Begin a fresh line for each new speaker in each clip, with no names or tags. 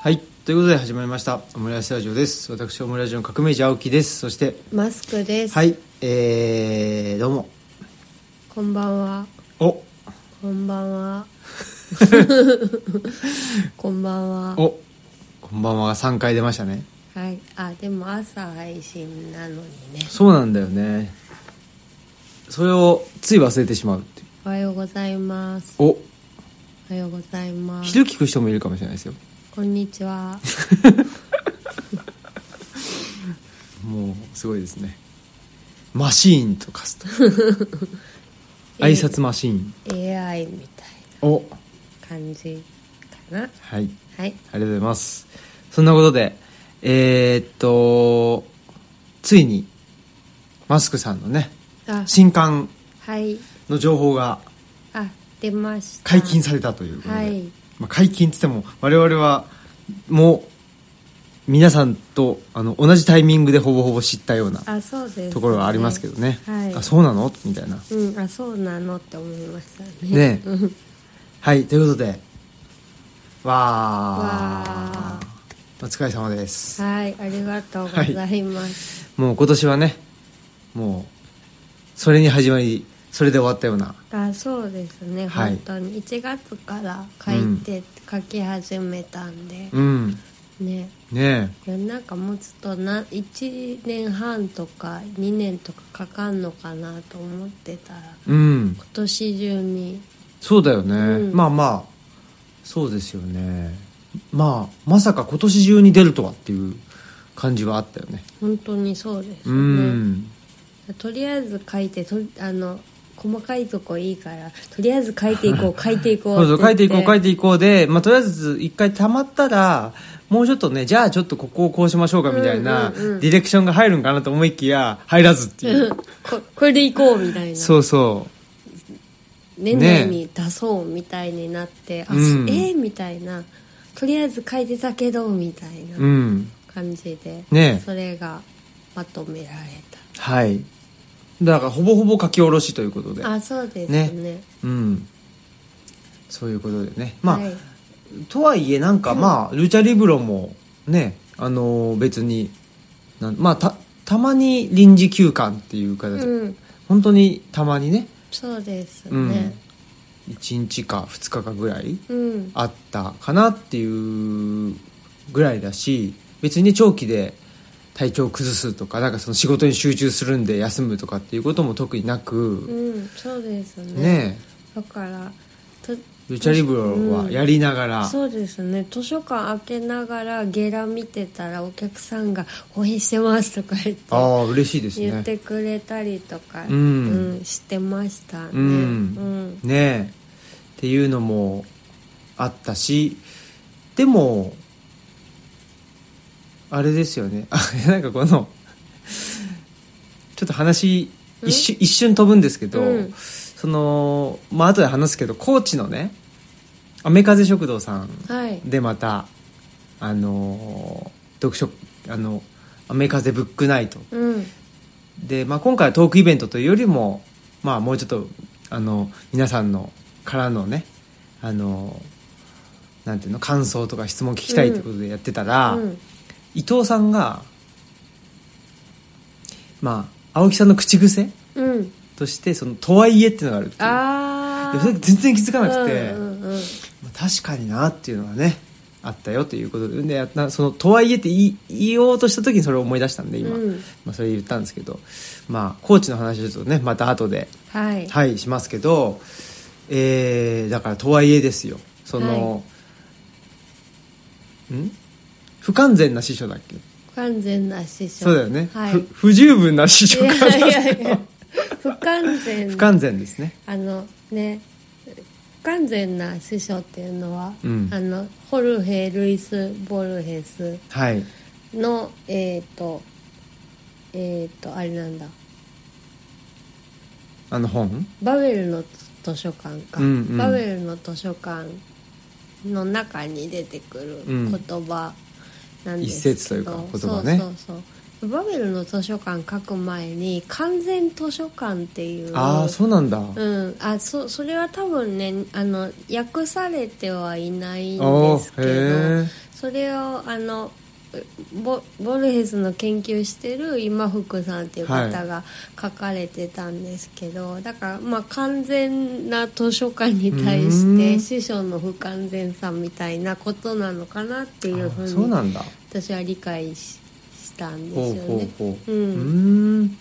はいということで始まりましたオムライスラジオです私オムライスの革命児青木ですそして
マスクです、
はいえー、どうも
こんばんは
お
こんば んはこんばんは
おこんばんはが3回出ましたね
はいあでも朝配信なのにね
そうなんだよねそれをつい忘れてしまうっていう
おはようございますお
お
はようございます
昼聞く人もいるかもしれないですよ
こんにちは
もうすごいですねマシーンとか すと挨拶マシーン
AI みたい
お
な感じかな
はいあ
はい
りがとうございます。そんなことで、えーっと、ついに、マスクさんのね、
あ
新刊
はい
の情報が
あ出ました
解禁されたということで、
はい
まあ、解禁って言っても、我々は、もう、皆さんとあの同じタイミングでほぼほぼ知ったような
あそうです、
ところがありますけどね。
はい
あ、そうなのみたいな。
うんあそうなのって思いましたね
ねえはい、ということで、わ
わー
ー、お疲れ様です。
はいありがとうございます、
もう今年はねもうそれに始まりそれで終わったような
あそうですね、
はい
本当に1月から書いて、書き始めたんで、
うん
ね
ね
いやなんかもうちょっとな1年半とか2年とかかかんのかなと思ってたら
えうん
今年中に
そうだよね、
うん
まあまあそうですよねまあまさか今年中に出るとはっていう感じはあったよね
本当にそうです
う
よね、
ん
とりあえず書いてとあの細かいとこいいからとりあえず書いてい こう書いていこう
そうそう書いていこう書い
て
ていこうで、まあ、とりあえず一回溜まったらもうちょっとねじゃあちょっとここをこうしましょうかみたいな
うんうんうん
ディレクションが入るんかなと思いきや入らずっていう、
こ これでいこうみたいな
そうそう
年内に出そうみたいになって、あ
うん
えーみたいなとりあえず書いてたけどみたいな
うん
感じで、
ねえ
それがまとめられ
はいだからほぼほぼ書き下ろしということで
たあそうですね
うんそういうことでねまあ、
はい
とはいえなんかまあルチャリブロもねあのー別になんまあたたまに臨時休館っていう形で、
うん、
本当にたまにね、
そうです
うん
ね
1日か2日かぐらい
うん、
あったかなっていうぐらいだし別にね長期で体調を崩すとかなんかその仕事に集中するんで休むとかっていうことも特にな
う
く、
ん、そうですね
ねえ
だからと
ルチャリブロはやりながら、
そうですね図書館開けながらゲラ見てたらお客さんが「応援してます」とか言って
ああ嬉しいですね
言ってくれたりとか、
うん
うんしてましたね、
うん
うん
ねえっていうのもあったしでもあれですよねあなんかこのちょっと話一瞬一瞬飛ぶんですけど、
うん
そのまあ後で話すけど高知のね雨風食堂さん
はい
でまたあの読書あの雨風ブックナイト
うん
で、まあ、今回はトークイベントというよりも、まあ、もうちょっとあの皆さんのからのねあのなんていうの感想とか質問聞きたいということでやってたら、
うん
伊藤さんが、まあ、青木さんの口癖
うん
としてその「とはいえ」っていうのがあるっていう
あ
で
あ
それ全然気づかなくて、
うんうんうん
まあ確かになっていうのがねあったよということででなその「とはいえ」って言い言おうとした時にそれを思い出したんで今、
うん
まあ、それ言ったんですけど、まあ、コーチの話をちょっとねまた後で、
はい、
はい、しますけど、えーだからとはいえですよその、ん不完全な師匠だっけ
不完全な師匠
そうだよね、
はい
ふ不十分な師匠
い
か
やいやいや不完全
不完全ですね
あのね不完全な師匠っていうのは、
うん
あのホルヘ・ルイス・ボルヘス
はい
のえっ、とえっ、とあれなんだ
あの本
バベルの図書館か、
うんうん
バベルの図書館の中に出てくる言葉なんですけど、
一節というか言葉ね
そうそうそうバベルの図書館書く前に完全図書館っていう
ああそうなんだ、
うん、あそそれは多分ねあの訳されてはいないんですけ
あーへ
ど
ー
それをあのボボルヘスの研究してる今福さんっていう方が書かれてたんですけど、だからまあ完全な図書館に対し
う
て
ん
師匠の不完全さみたいなことなのかなっていうふ
あ
う
そう
に
なんだ
私は理解ししたんで
ほう
すよ
ほ
ね
うほう
う
うんーん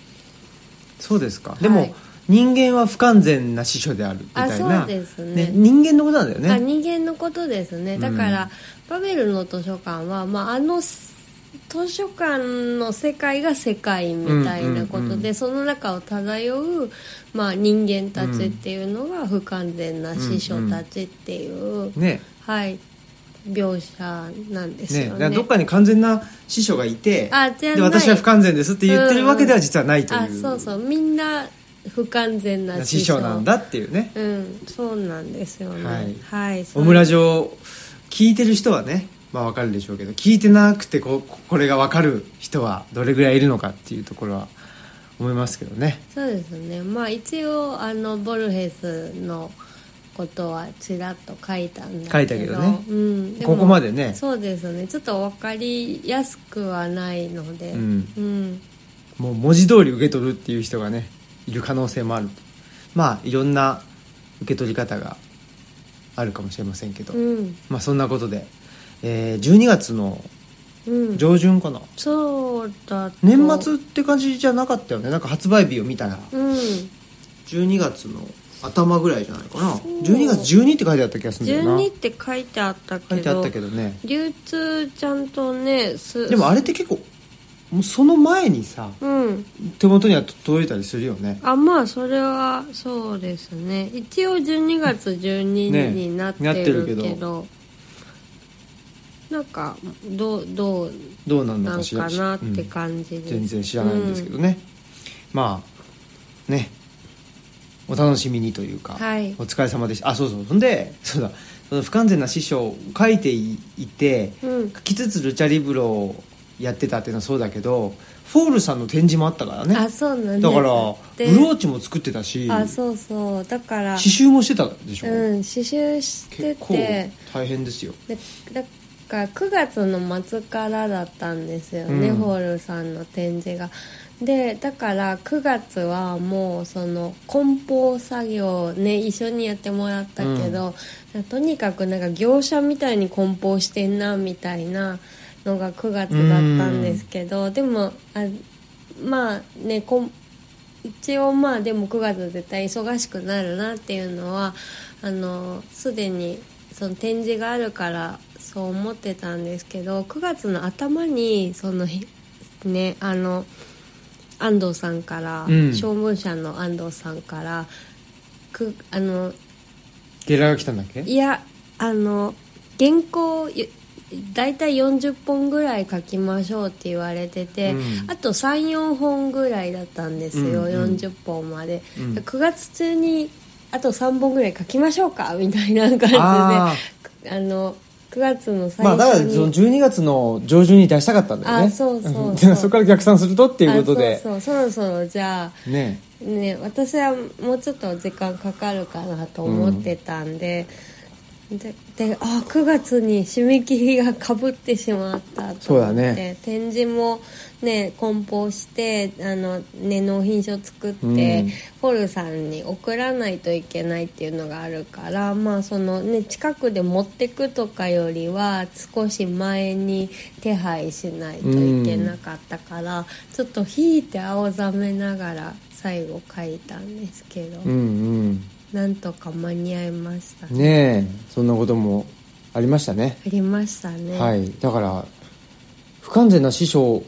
そうですか、
い
でも人間は不完全な師匠であるみたいな
あそうですね
人間のことなんだよ
あ
ね
人間のことですねだから、バベルの図書館は、まあ、あのす図書館の世界が世界みたいなことで、
うんうんうん
その中を漂う、まあ、人間たちっていうのが不完全な師匠たちっていう、
ね
はい描写なんです
ねだ
よ
から
ね
どっかに完全な師匠がいて
あじゃない
で私は不完全ですって言ってるわけでは実はないという,、
あそうそうみんな不完全な師
師
匠
匠なんだっていうね
うんそうなんですよね
はい
はい、
オムラジオを聞いてる人はねまあわかるでしょうけど聞いてなくてここれがわかる人はどれぐらいいるのかっていうところは思いますけどね
そうですねまあ一応あのボルヘスのことはちらっと書いたんだ
書いたけどね
うん、でも
ここまでね
そうですねちょっと分かりやすくはないので
うん
うん
もう文字通り受け取るっていう人がねいる可能性もあるとまあいろんな受け取り方があるかもしれませんけど、
うん
まあそんなことで、えー12月の
うん
上旬かな、
そうだと
年末って感じじゃなかったよねなんか発売日を見たら
うん
12月の頭ぐらいじゃないかな
そう
12月12って書いてあった気がするんだよな
12って書いてあったけど
書いてあったけどね
流通ちゃんとねす
でもあれって結構もうその前にさ
うん
手元には届いたりするよね
あまあそれはそうですね一応12月12日
ね
になって
なってる
る
け
け
ど
ど,、なんかどうどう
どうなんの
な
か
ん
しら
かなっ
うん
て感じです、
全然知らないんですけどね、まあねお楽しみにというか、
はい
お疲れ様でしたあそうそうそんでそうだその不完全な師匠を書いていて、
うん
きつつルチャリブロをやってたっていうのはそうだけどフォールさんの展示もあったからね
あそうなんです
だからブ
で
ローチも作ってたし
あ
刺
そうそうだから
繍もしてたでしょ、
うん刺繍して
結構
て
大変ですよ
でだから9月の末からだったんですよね、
うん
ホールさんの展示がでだから9月はもうその梱包作業ね一緒にやってもらったけど、とにかくなんか業者みたいに梱包してんなみたいなのが9月だったんですけど、でもあまあねこん一応まあでも9月絶対忙しくなるなっていうのはあのすでにその展示があるからそう思ってたんですけど9月の頭にそのひねあの安藤さんから、
うん
小文社の安藤さんからくあの
ゲラが来たんだっけ
いやあの原稿よ大体40本ぐらい書きましょうって言われてて、
うん
あと34本ぐらいだったんですよ、
うんうん
40本まで、
うん
9月中にあと3本ぐらい書きましょうかみたいな感じで
あ
あの9月の最
まあ、だから
初
そ
に、
の12月の上旬に出したかったんだよね
あそうそうそう ん
でそこから逆算するとっていうこと
あ
で
そうそうそろそろじゃあ
ね
ね、私はもうちょっと時間かかるかなと思ってたんで、でであ9月に締め切りがかぶってしまったと
そう
思
だ
って、
ね
展示も、ね、梱包してあの、ね、納品書作って、
うん
ホルさんに送らないといけないっていうのがあるから、まあそのね、近くで持ってくとかよりは少し前に手配しないといけなかったから、ちょっと引いて青ざめながら最後書いたんですけど、
うん
なんとか間に合いました
うん
ね。
ねえそんなこともありましたね
ありましたね。
はいだから不完全な師匠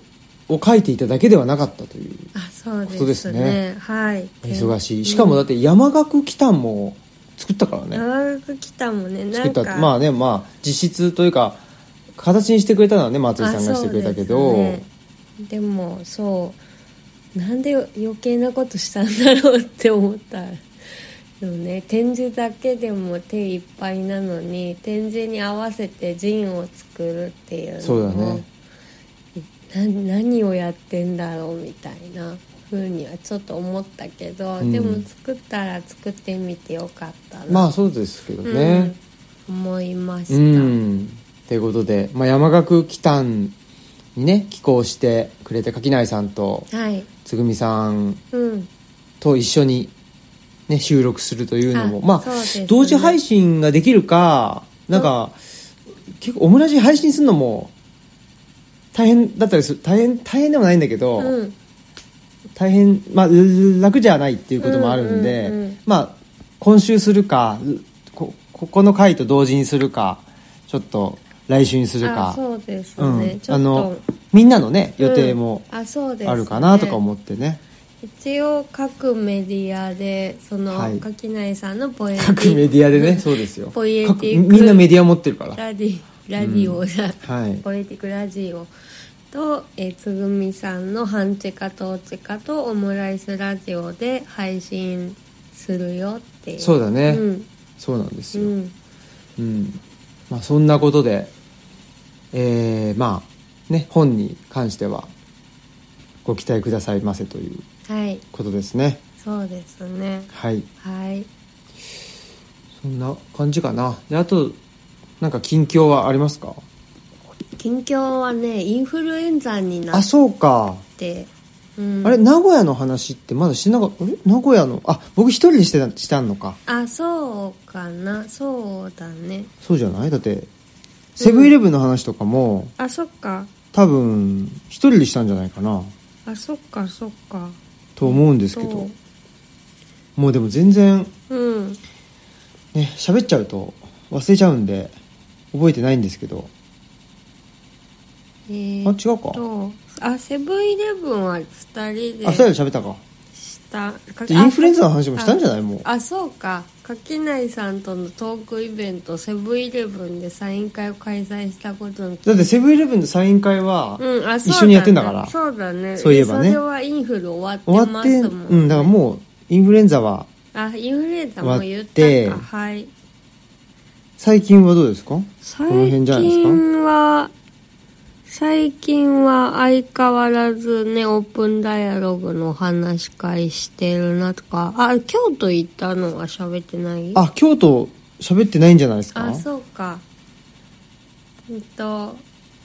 を書いていただけではなかったという
あそう
ことで
ですす
ね
ね。はい。
忙しいしかもだって山岳期間も作ったからね
長く来たもんね。な
作
ん
っ
か
たまあねまあ実質というか形にしてくれたのはね松井さんがしてくれたけ
あ
ど、
そうですねでもそうなんで余計なことしたんだろうって思ったよね展示だけでも手いっぱいなのに展示に合わせてジンを作るっていうのも
そうだね
な何をやってんだろうみたいな風にはちょっと思ったけど、
うん
でも作ったら作ってみてよかったな
まあそうですけどね、
うん思いました、
うんということで、まあ、山岳北丹にね寄港してくれて垣内さんと
はい
つぐみさん
うん
と一緒に、ね、収録するというのも
あ
まあ
そうですね
同時配信ができるかなんか、結構オムラジ配信するのも大変だったりする大変大変でもないんだけど、
うん
大変、まあ、う楽じゃないっていうこともあるんで、
うんうんうん
まあ、今週するかうこここの回と同時にするかちょっと来週にするか
あそうです
う
ね、
ん
ちょっと
あのみんなのね予定も
うんあそうですね
あるかなとか思ってね。
一応各メディアでその、
はい
垣内さんのポエティ
各メディアでね、そうですよ。
ポエティッ
各
ク
みんなメディア持ってるから。
ラディラディオだ、
はい。
ポエティックラジオと、えーつぐみさんの「半地下と地下」と「オムライスラジオ」で配信するよっていう
そうだね
うん
そうなんです
う
よ。
ん
うん。まあ、そんなことで、えー、まあ、ね、本に関しては、ご期待くださいませという
はい
ことですね。
そうですね
はい。
はい
そんな感じかな。で、あと、なんか近況はありますか
近況はねインフルエンザにな
あ、
っ
そうか。
てうん
あれ、名古屋の話ってまだしてなかった、あれ名古屋の、あ、僕一人でしてた、したのか。
あそうかなそうだね
そうじゃないだって、セブンイレブンの話とかも、
あそっか
多分一人でしたんじゃないかな
あそっかそっか
と思うんですけどもうでも全然
そううん
ね喋っちゃうと忘れちゃうんで覚えてないんですけど
えー、
あ違うか
とあセブンイレブンは2人で
あ二人で喋ったか
したか
でインフルエンザの話もしたんじゃないもう
ああそうか垣内さんとのトークイベントセブンイレブンでサイン会を開催したことに
だってセブンイレブンのサイン会は
うん、あそう
一緒にやってんだから
そうだね
そういえばね
それはインフル終
終
わ
わ
ってま
って
す
う
もん、
んだからもうインフルエンザは
あインフルエンザも言っ
終
た
わ
か
って
はい
最近はどうですか
最
この辺じゃないですか
近は最近は相変わらずねオープンダイアログのお話し会してるなとかあ京都行ったのは喋ってない
あ京都喋ってないんじゃないですか
あそうかえっと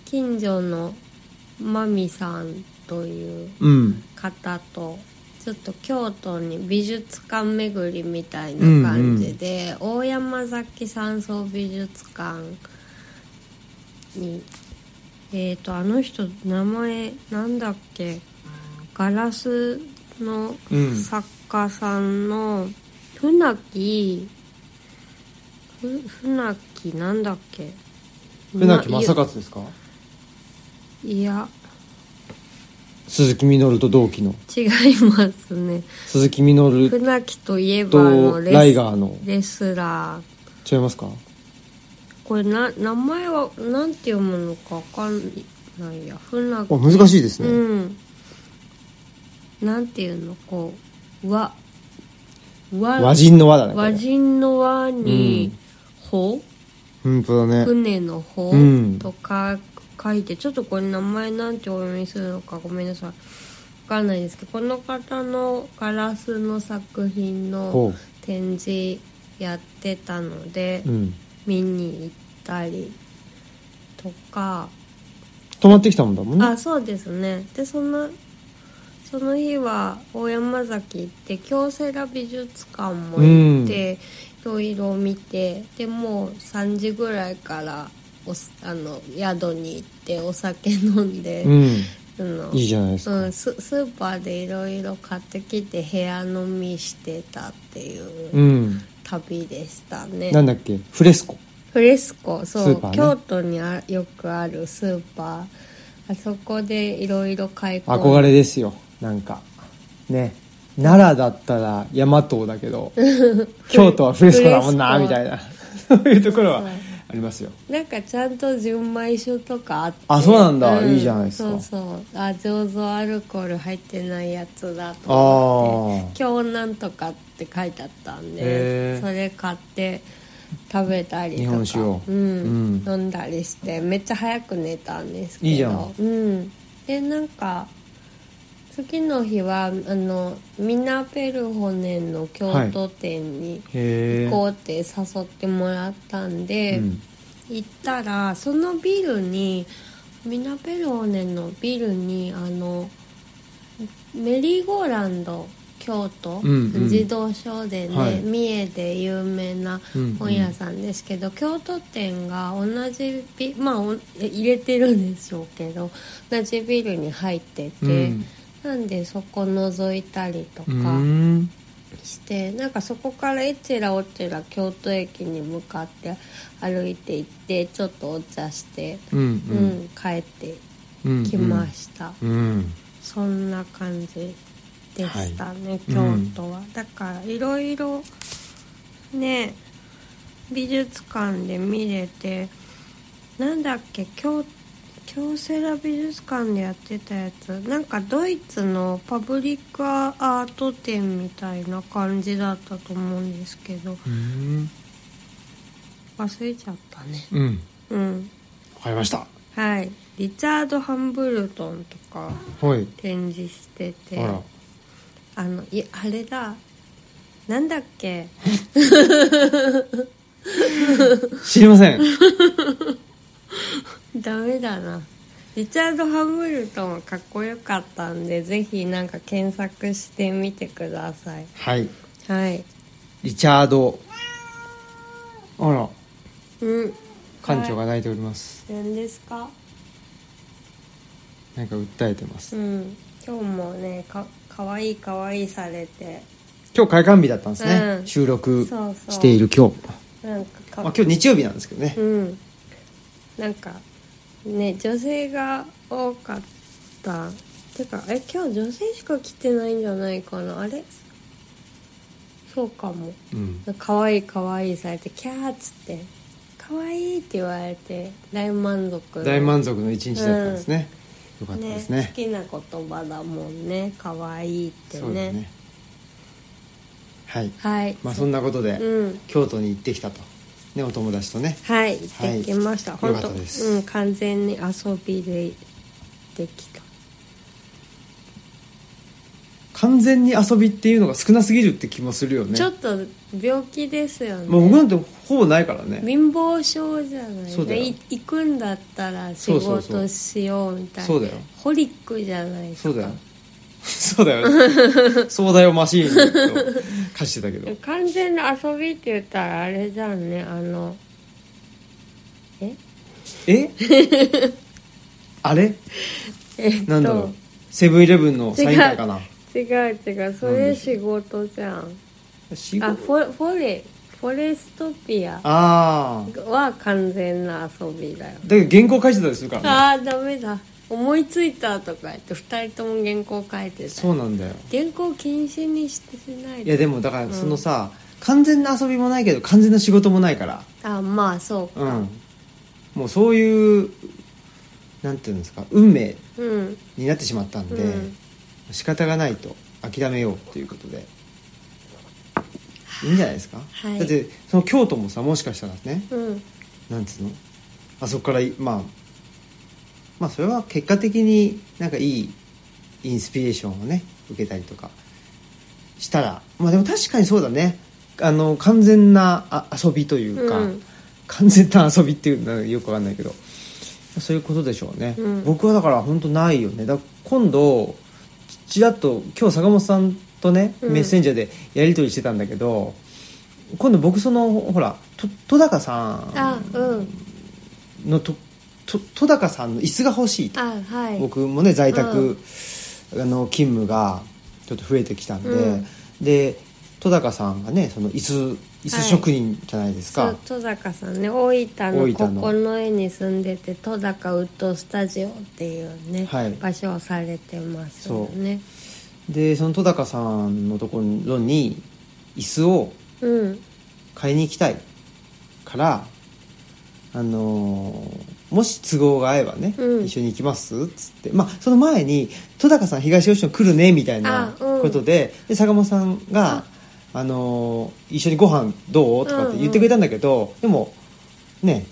近所のマミさんという
うん
方とちょっと京都に美術館巡りみたいな感じで、大山崎山荘美術館にえっ、とあの人名前なんだっけガラスの
うん
作家さんの船木、ふ船木なんだっけ
船木正勝ですか
いや
鈴木みのると同期の
違いますね
鈴木みのる
船木といえばあ
と
のレス
ライガーの
レスラー
違いますか
これな名前はなんて読むのかわかんないや船
あ難しいですね、
うんなんていうのこう和和
和人の和だねこれ
和人の和に「帆
本当だね
船の帆
うん
とか書いてちょっとこれ名前なんてお読みするのかごめんなさいわかんないですけどこの方のガラスの作品の
ほ
展示やってたので、
う、うん、
見に行ったりとか、
泊まってきたもんだもんね
あそうですねでそのその日は大山崎行って京セラ美術館も行って、いろいろ見てでもう3時ぐらいからおすあの宿に行ってお酒飲んで、
うん
あの
いいじゃないですか、
うん、ススーパーでいろいろ買ってきて部屋飲みしてたっていううん旅でしたね。
なんだっけフレスコ
フレスコそ
ス
う、
ーパーね
京都にあよくあるスーパーあそこでいろいろ開墾
憧れですよなんかね奈良だったら大和だけ ど京都はフレスコだもんなみ
フレスコ
たいな そういうところは
そうそう
ありますよ
なんかちゃんと純米酒とかあって
あそうなんだいいじゃないですか
そうそうあ醸造アルコール入ってないやつだ
ああ
と「京なんとか」って書いてあったん
へ
で
ー
それ買って食べたりとか
日本酒を
うん
うん
飲んだりしてめっちゃ早く寝たんですけど
いいじゃん
うん、でなんか次の日はあのミナペルホネンの京都店に
へえ
行こうって誘ってもらったんで、
うん
行ったらそのビルにミナペローネのビルにあのメリーゴーランド京都、
うんうん
自動商店で、
はい
三重で有名な本屋さんですけど、京都店が同じビまあお入れてるんでしょうけど同じビルに入ってて、
うん
なんでそこ覗いたりとか。
うん
してなんかそこからえちらおちら京都駅に向かって歩いて行ってちょっとお茶して、
うんう
うん
ん
帰って
うん
きました、
うん
そんな感じでしたね、京都は、だからいろいろね美術館で見れてなんだっけ京京セラ美術館でやってたやつなんかドイツのパブリックアート展みたいな感じだったと思うんですけど
うん
忘れちゃったね
うん
うん
わかりました
はいリチャード・ハンブルトンとか
はい
展示してて
あら
あのいあれだなんだっけ
知りま せん
ダメだなリチャード・ハンブルトンはかっこよかったんでぜひなんか検索してみてください
はい
はい
リチャードあら
うん
館長が泣いております、
何ですか
なんか訴えてます
うん今日もねかかわいいかわいいされて
今日開館日だったんですね、
うん
収録
そうそう
している今日
なんかか
まあ、今日日曜日なんですけどね、
うんなんかね女性が多かったてかえ今日女性しか来てないんじゃないかなあれそうかも
うん
可愛い可愛いされてキャーっつって可愛いって言われて大満足
大満足の一日だったんですね、よかったですね
好きな言葉だもんね可愛いって
そうです
ね
ねはい、
はい、
まあ、そんなことで、
うん
京都に行ってきたとねお友達とね
はい行ってきました、
はい
本当
よかったです
うん完全に遊びでできた
完全に遊びっていうのが少なすぎるって気もするよね
ちょっと病気ですよね、
まあ、僕なんてほぼないからね
貧乏症じゃない
そうだよ
でい行くんだったら仕
そうそうそう
事しようみたいな
そうだよ
ホリックじゃないです
そう
か
だよ そうだ よそうだよマシーンと貸してたけど
完全な遊びって言ったらあれじゃんねあのえ
えあれ
えっと
なんだろうセブンイレブンのサイン会かな
違う違うそれ仕事じゃん
仕
あ
事
フォフォレフォレストピア
ああ
は完全な遊びだよ
だけど原稿書いてたりするからね
あーダメだ思いついたとか言って2人とも原稿書いてた
そうなんだよ
原稿禁止にしてしない
いやでもだからそのさ、完全な遊びもないけど完全な仕事もないから
あまあそう
う
か
んもうそういうなんていうんですか運命
うん
になってしまったんで、
うん
仕方がないと諦めようということでいいんじゃないですか、
はい
だってその京都もさもしかしたらね
うん
なんつうのあそこからいまあまあそれは結果的になんかいいインスピレーションをね受けたりとかしたらまあでも確かにそうだねあの完全なあ遊びというか、
うん
完全な遊びっていうのはよくわかんないけどそういうことでしょうね、
うん
僕はだから本当ないよねだ今度ちらっと今日坂本さんとね
うん
メッセンジャーでやり取りしてたんだけど、今度僕そのほらと戸高さん
あうん
のとと戸高さんの椅子が欲しいと
あはい
僕もね在
う
宅、あの勤務がちょっと増えてきたんで、
うん
で戸高さんがねその椅子椅子職人じゃないですか、
そう戸高さんね大分
大
のこ
分の
この絵に住んでて戸高ウッドスタジオっていうね、
はい
場所をされてますよね
でその戸高さんのところに椅子を
うん
買いに行きたいからあのーもし都合が合えばね、
うん
一緒に行きますっつってまあその前に戸高さん東吉野来るねみたいな
あうん
ことで,、で坂本さんが
あ
「あのー一緒にご飯どう?」とかって言ってくれたんだけど、でもね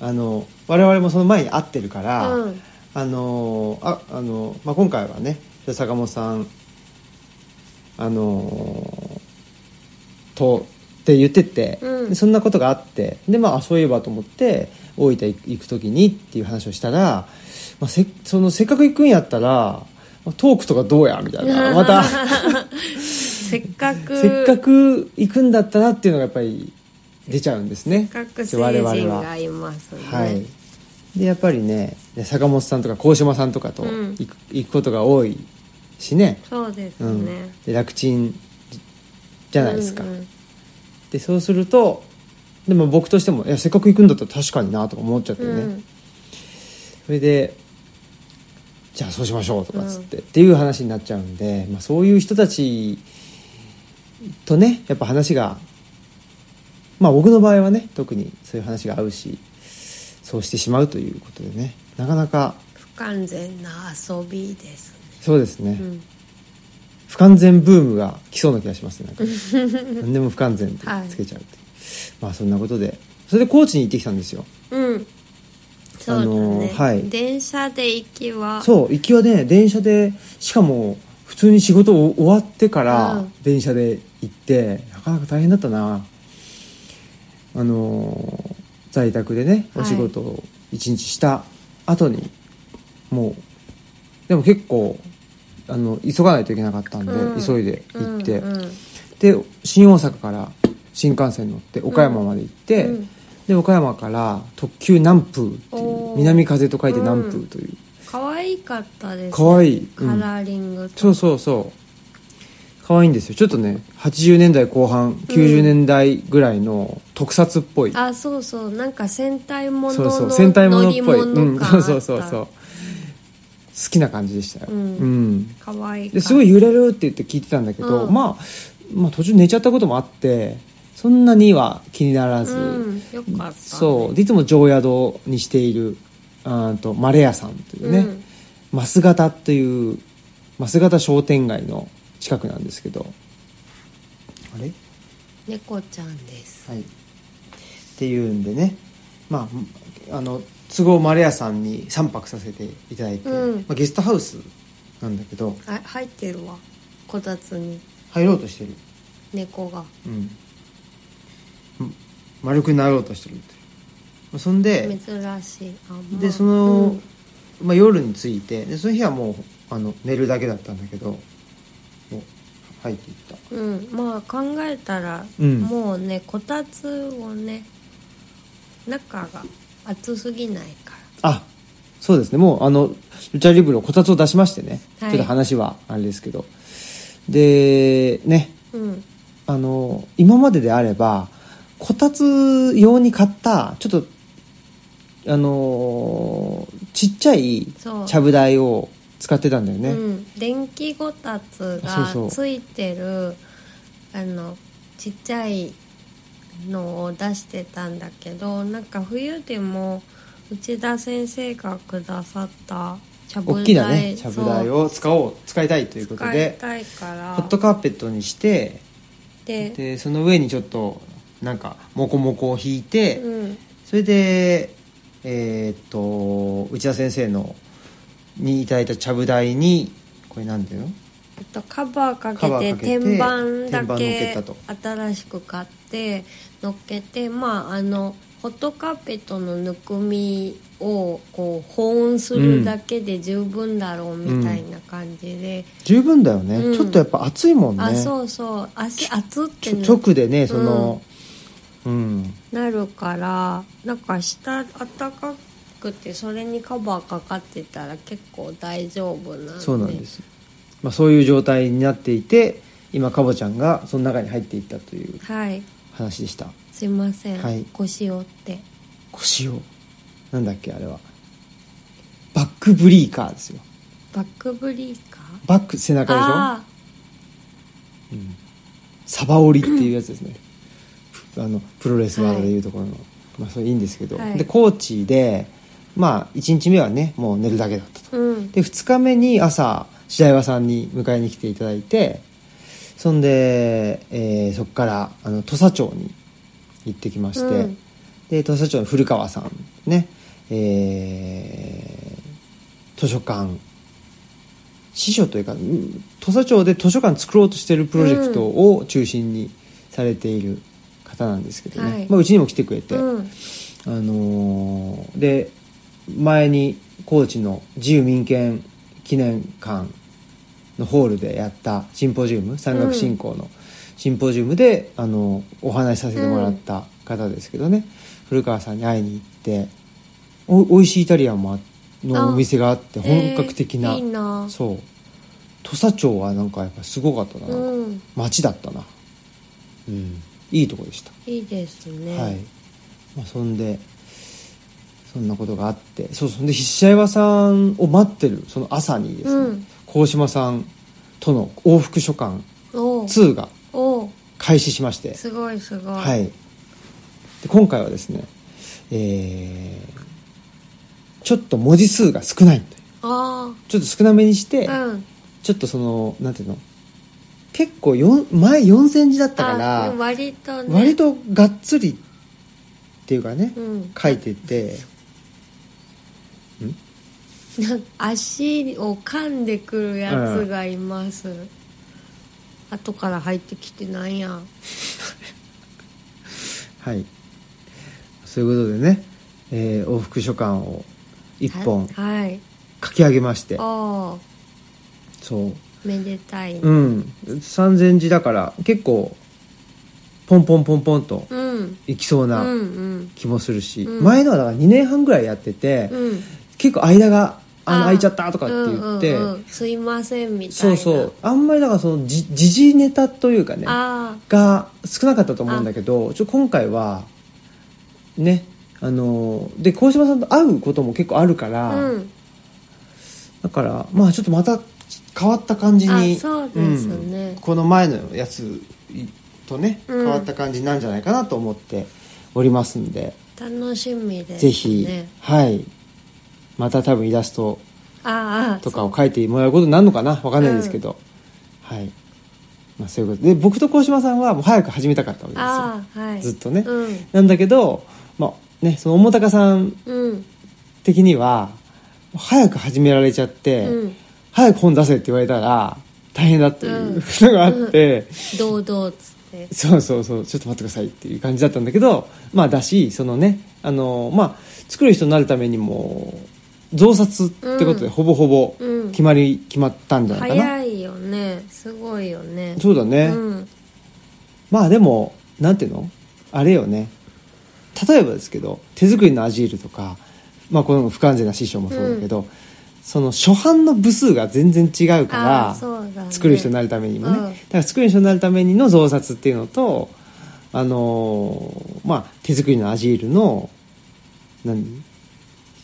あの我々もその前に会ってるから、
うん
あのーああのーまあ、今回はねじゃあ坂本さんあのーとって言ってて、
うん
でそんなことがあってで、まあ、あそういえばと思って大分行く時にっていう話をしたら、まあ、せそのせっかく行くんやったらまあトークとかどうやみたい なまた
せっかく
せっかく行くんだったらっていうのがやっぱり出ちゃうんですね
学生
我々
人
は
が。いますね
はい、でやっぱりねで坂本さんとか鴻島さんとかと
うん
行く,、行くことが多いしね、
そうです
うん
ね、
で楽ちんじゃないですか、
うんうん
でそうするとでも僕としてもいやせっかく行くんだったら確かになとか思っちゃってね、
うん
それでじゃあそうしましょうとかっつって、っていう話になっちゃうんで、まあ、そういう人たちとねやっぱ話がまあ僕の場合はね特にそういう話が合うしそうしてしまうということでねなかなか
不完全な遊びですね
そうですね、
ん
不完全ブームが来そうな気がしますねなんか 何でも不完全ってつけちゃうっていう、まあそんなことでそれで高知に行ってきたんですよ
うんそうだね、
あのはい
電車で行きは
そう行きはね電車でしかも普通に仕事を終わってから、
うん
電車で行ってなかなか大変だったなあのー在宅でね
はい
お仕事を一日した後に、もうでも結構あの急がないといけなかったんで、
うん
急いで行って、
うんうん
で新大阪から新幹線乗って岡山まで行って、
うん
で岡山から特急南風ってい
おー
う南風と書いて南風という、
可愛かったですね
可愛いうん
カラーリング
そううそうそう可愛いんですよちょっとね80年代後半90年代ぐらいの特撮っぽい、
あそうそうなんか戦隊もの
そう
の
そう戦隊ものっぽい、
乗り
うん、
物感
そ
あ
う
った
そうそうそう好きな感じでしたよ、
うん
うん、
可愛い
ですごい揺れるって言って聞いてたんだけど、
うん
まあ、まあ途中寝ちゃったこともあってそんなには気にならず、
うんよかった
そうでいつも常宿にしているあーとマレ屋さんというね、
うん
マス型というマス型商店街の近くなんですけどあれ
猫ちゃんです
はい、っていうんでね、まあ、あの都合マレ屋さんに3泊させていただいて、
うん
まあ、ゲストハウスなんだけど
あ入ってるわこたつに
入ろうとしてる、
猫が
うん、ん丸くなろうとしてるっていうまあそんで
珍しいあ、まあ
でその、まあ、夜に着いてでその日はもうあの寝るだけだったんだけどもう入っていった
うん、うんまあ考えたら、
うん
もうねこたつをね中が暑すぎないか
あそうですねもうあのルチャリブロこたつを出しましてね、
はい
ちょっと話はあれですけどでね
らうん
あの今までであればこたつ用に買ったちょっとあのちっちゃい
そう
ちゃぶ台を使ってたんだよね、
うん、電気ごたつ
あ
が
そうそう
ついてるあのちっちゃいのを出してたんだけどなんか冬でも内田先生がくださったちゃぶ台
大きなねちゃぶ台
そう
を使おう使いたいということ
使い
で
たいから
ホットカーペットにして
で
でその上にちょっとなんかモコモコを引いて、
うん、
それでえーっと内田先生のにいただいたちゃぶ台にこれなんていうの
あとカバーかけ
カバー
て
かけて
天板
天板乗
だ
っけ
け
たと
新しく買って乗っけてまああのホットカーペットのぬくみをこう保温するだけで十分だろうみたいな感じで、
十分だよね、
うん
ちょっとやっぱ暑いもんね
あそうそう足熱って
ちょ
な
直でねそのうん、
なるからなんか下暖かくてそれにカバーかかってたら結構大丈夫なんで
そうなんです、まあ、そういう状態になっていて今かぼちゃんがその中に入っていったという
はい
話でした
すいません、
はい
腰折って
腰をなんだっけあれはバックブリーカーですよ
バックブリーカー
バック背中でしょ
あ
サバ折りっていうやつです ね、あのプロレスなどでいうところの、まあそれいいんですけど、
はい
で高知でまあ1日目はねもう寝るだけだったと
あうん
で2日目に朝白岩さんに迎えに来ていただいてそんで、えーそこからあの土佐町に行ってきまして、
うん
で土佐町の古川さんねえー図書館師匠というかうん土佐町で図書館作ろうとしてるプロジェクトを中心にされている方なんですけどね、
はい
まあ、うちにも来てくれて、
うん
あのーで前に高知の自由民権記念館のホールでやったシンポジウム山岳振興のシンポジウムで、あのお話しさせてもらった方ですけどね、古川さんに会いに行ってお美味しいイタリアンもあの
あ
お店があって本格的な,、
えーいいな
そう土佐町はなんかやっぱすごかったな,、
うん
街だったなうんいいとこでした
いいですね、
はい、まあ、そんでそんなことがあってそうそんで筆者岩さんを待ってるその朝にですね、
うん
鴻島さんとの往復書簡
おう
2が
おう
開始しまして、
すごいすごい、
はい、で今回はですね、えーちょっと文字数が少ないという
あ
ちょっと少なめにして、
あうん
ちょっとそのなんていうの結構よん前4センチだったか
あ
ら
でも割とね
割とがっつりっていうかね、
うん
書いてて
なんか足を噛んでくるやつがいます、後から入ってきてなんや
はいそういうことでね、えー往復書簡を1本
ははい
書き上げまして
おー
そう
めでたいね
うん3000字だから結構ポンポンポンポンと
うん
いきそう
うんう
なん気もするし、
うん
前のはだから2年半ぐらいやってて、
うん
結構間があの
あ
空いちゃったとかって言って、
うんうんうんすいませんみたいな
そうそうあんまりだからそのじ時事ネタというかね
あ
が少なかったと思うんだけどちょ今回はねあので鴻島さんと会うことも結構あるから、
あうん
だからまあちょっとまた変わった感じに
あそうですね
うんこの前のやつとね
うん
変わった感じなんじゃないかなと思っておりますんで、
楽しみですね
ぜひ、はいまた多分イラスト
ああ
とかを書いてもらうことになるのかなわかんないですけど、はい、まあ、そういうことで僕と鴻島さんはもう早く始めたかったわけですよ。
ああはい
ずっとね
うん
なんだけど、まあね、その桃高さん
うん
的には早く始められちゃって、
うん
早く本出せって言われたら大変だっていう
うん
のがあって、
堂々っつって
そうそうそうちょっと待ってくださいっていう感じだったんだけどまあだしそのねあの、まあ、作る人になるためにも増刷ってことで
うん
ほぼほぼ
うん
決まり、決まったんじゃないかな
早いよねすごいよね
そうだね、
うん
まあでもなんていうのあれよね例えばですけど手作りのアジールとか、まあ、この不完全な師匠もそうだけど、その初版の部数が全然違う
ああ
か
そうだ、
ら
ね、
作る人になるためにもね、
うん
だから作る人になるためにの増刷っていうのとあのーまあ手作りのアジールの何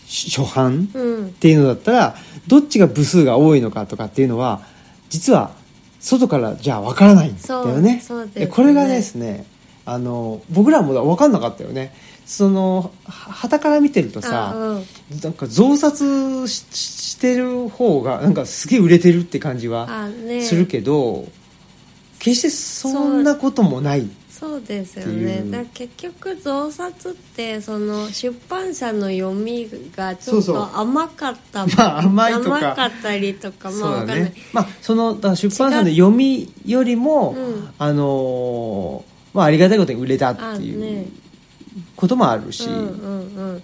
し初版
うん
っていうのだったらどっちが部数が多いのかとかっていうのは実は外からじゃあ分からないんだよね
そうそうですね
これがですねあの僕らも分かんなかったよねそのはたから見てると
あ
さ
うん
なんか増刷しししてる方がなんかすげえ売れてるって感じは
あね
するけど、決してそんなこともない
そうですよ
ってい
ね
う
だから結局増刷ってその出版社の読みがち
そ
ょ
う
っ
そう
と甘かった
まあ甘いとか
甘かったりとかまあ
そ
わ
う
か
だ
んな
ね
い、
まあそのだから出版社の読みよりも、
うん
あのーまあありがたいことに売れた
あ
っていう
ね
こともあるし、
うんうんうん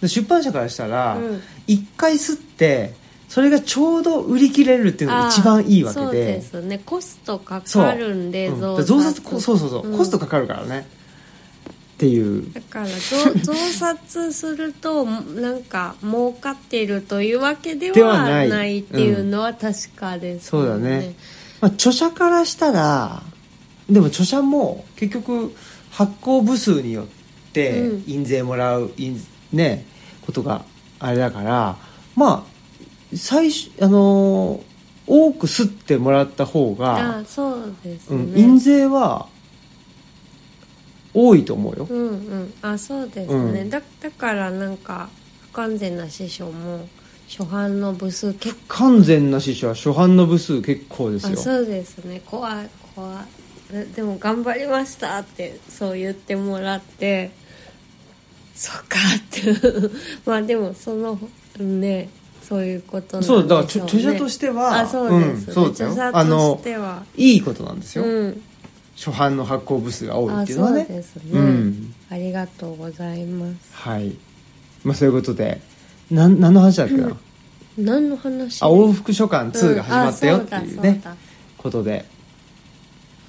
で出版社からしたら
うん
一、回吸ってそれがちょうど売り切れるっていうのが一番いいわけ
あそう
で
ですねコストか
そう
かるんで
うん
増
だから
刷
増刷こそうそうそう、
うん
コストかかるからねっていう
だから 増増刷するとなんか儲かっているというわけで
では
は
ない
ないっていうのは確かです
そう
よ
だね、まあ、著者からしたらでも著者も結局発行部数によって
うん
印税もらう、印ねことがあれだからまあ最初あのー多く吸ってもらった方
あ
が、
そうです
う
ね、
ん、印税は多いと思うよ、
うんうんあそうですね、
うん
だだからなんか不完全な師匠も初版の部数結構
完全な師匠は初版の部数結構です
あ
よ
そうですね怖い怖いででも頑張りましたってそう言ってもらってそっかって まあでもそのねそういうことなんでしょ
そうだから著著者としては
あそうです、ね
うんそうだよ
著者としてはい
いことなんですよ、
うん
初版の発行部数が多い
あ
っていうのは
そう
ね
ですね、
うん
ありがとうございます
はいまあそういうことでなん何の話だっけな
何の話
あ往復書簡2が始まったよっていうね、
んあそうだそうだ
ことで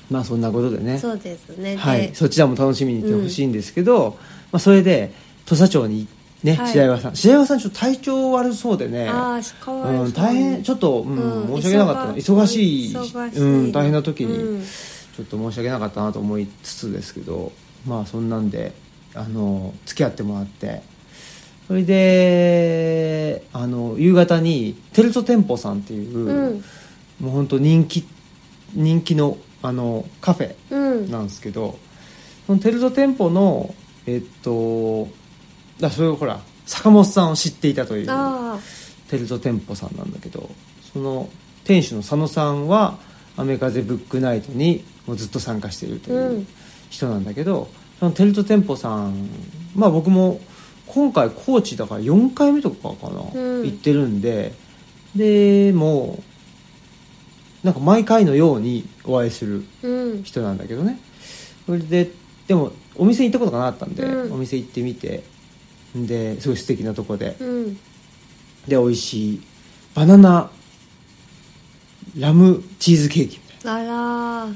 まあそんなことでね
そうですね。
は
で
い、そちらも楽しみにしてほしいんですけど、まあ、それで土佐町にね、
はい
白岩さん白岩さんちょっと体調悪そうでね
ああ、かわいそう
う
に
ん、大変ちょっと、うん
う
申
ん
し訳なかったな忙しい
忙しい
うん、大変な時に、
うん
ちょっと申し訳なかったなと思いつつですけどまあそんなんであの付き合ってもらってそれであの夕方にテルト店舗さんっていう、
うん
もう本当人気人気のあのカフェ
うん。
なんですけど、そのテルゾ店舗のえっとだそういうほら坂本さんを知っていたという
あ
テルゾ店舗さんなんだけどその店主の佐野さんは「雨風ブックナイト」にもうずっと参加しているといううん人なんだけど、そのテルゾ店舗さんまあ僕も今回高知だから4回目とかかな、
うん
行ってるんででもうなんか毎回のようにお会いする
あ、うん。
人なんだけどねそれででもお店行ったことがなかったんで、
うん
お店行ってみてですごい素敵なとこで、
うん。
で美味しいバナナラムチーズケーキみたい
あら、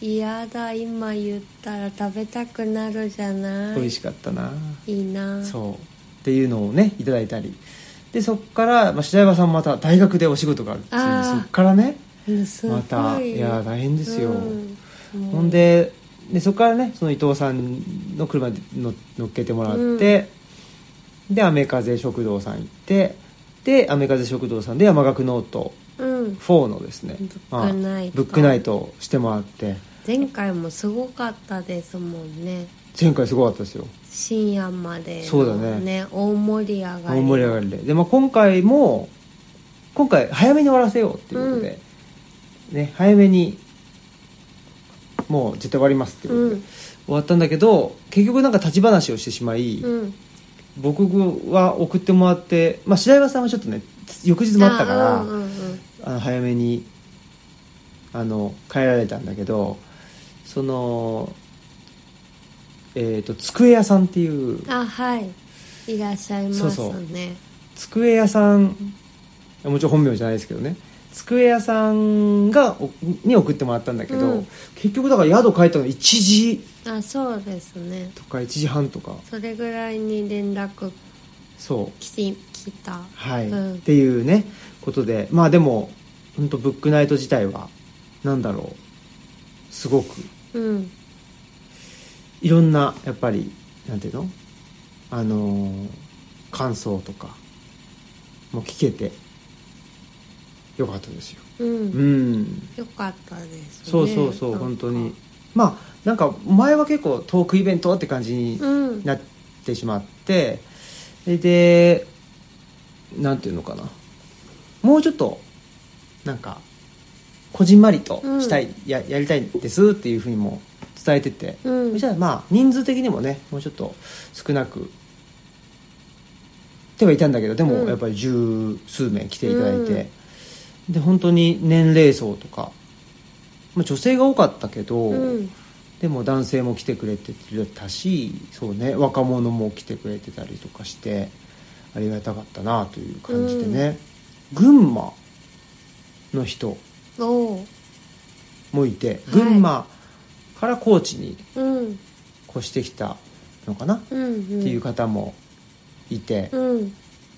嫌だ、今言ったら食べたくなるじゃな。
ない美味しかったな、
いいな。う。
そうっていうのをねいただいたりでそこから、まあ、白山さんもまた大学でお仕事があるってい
あ
う
ー
そっからね
すごい。
またいや大変ですよ、
うん
ほん、ででそこからねその伊藤さんの車に乗乗っけてもらって、で雨風食堂さん行ってで雨風食堂さんで山岳ノート
うん。
4のですね
ブックナイト
まあブックナイトをしてもらって
前回もすごかったですもんね。
前回すごかったですよ
深夜までの、
そうだね
大盛り上がり。
大盛り上がりでで、まあ、今回も今回早めに終わらせようっていうことで、ね、早めにもう絶対終わりますっていうことで、
うん
終わったんだけど結局なんか立ち話をしてしまい、
うん。
僕は送ってもらって、まあ、白岩さんはちょっとね翌日もあったからあ、
あうんうん
の早めにあの帰られたんだけどその、えー、と机屋さんっていう
うん。あ、はい。いらっしゃいますね。
そうそう机屋さんもちろん本名じゃないですけどね机屋さんがおに送ってもらったんだけど、
うん
結局だから宿帰ったの1時
あそうですね
とか1時半とか
それぐらいに連絡
そう
来て来た
はい
うん
っていうねことでまあでも本当ブックナイト自体はなんだろうすごく
うん
いろんなやっぱりなんていうのあのー感想とかも聞けてよかったですよ
うん、
うん
よかったですね
そうそうそう
なんか
本当にまあなんか前は結構トークイベントって感じに
うん
なってしまってででなんていうのかなもうちょっとなんかこじんまりとしたい、ややりたいですっていうふうにも伝えてて、
うん
そしたらまあ人数的にもねもうちょっと少なくてはいたんだけどで
う
も
ん
やっぱり十数名来ていただいて、で本当に年齢層とか、まあ、女性が多かったけど、
うん
でも男性も来てくれてたしそう、ね、若者も来てくれてたりとかしてありがたかったなという感じでね、群馬の人
おう
もいて
い
群馬から高知に
うん
越してきたのかな、
うんうん
っていう方もいて、
うん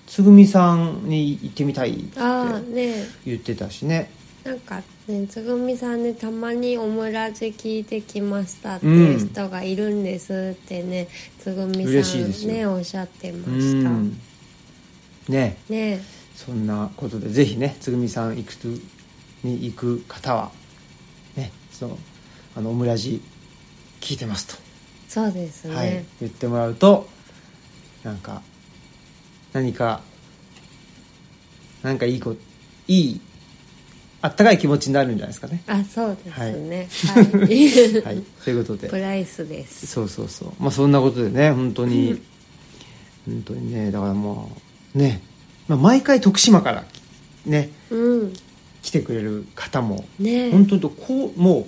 つぐみさんに行ってみたいって
ああねえ
言ってたしね
なんかねつぐみさんねたまに「オムラジ聞いてきました」っていう人がいるんですってね、つぐみ
嬉
さ
しいです
んね
よ
おっしゃってま
う
した
んね
ね
そんなことでぜひねつぐみさん行くとに行く方はねそのあのオムラジ聞いてますと、
そうですね、。
はい、言ってもらうとなんか何か何かいいこいいあったかい気持ちになるんじゃないですかね
あそうですねはい、
はい、ということで
プライスです
そうそうそうまあそんなことでね本当に本当にねだからまあね、まあ、毎回徳島からね
うん
来てくれる方も
ねえ
本当とこうもう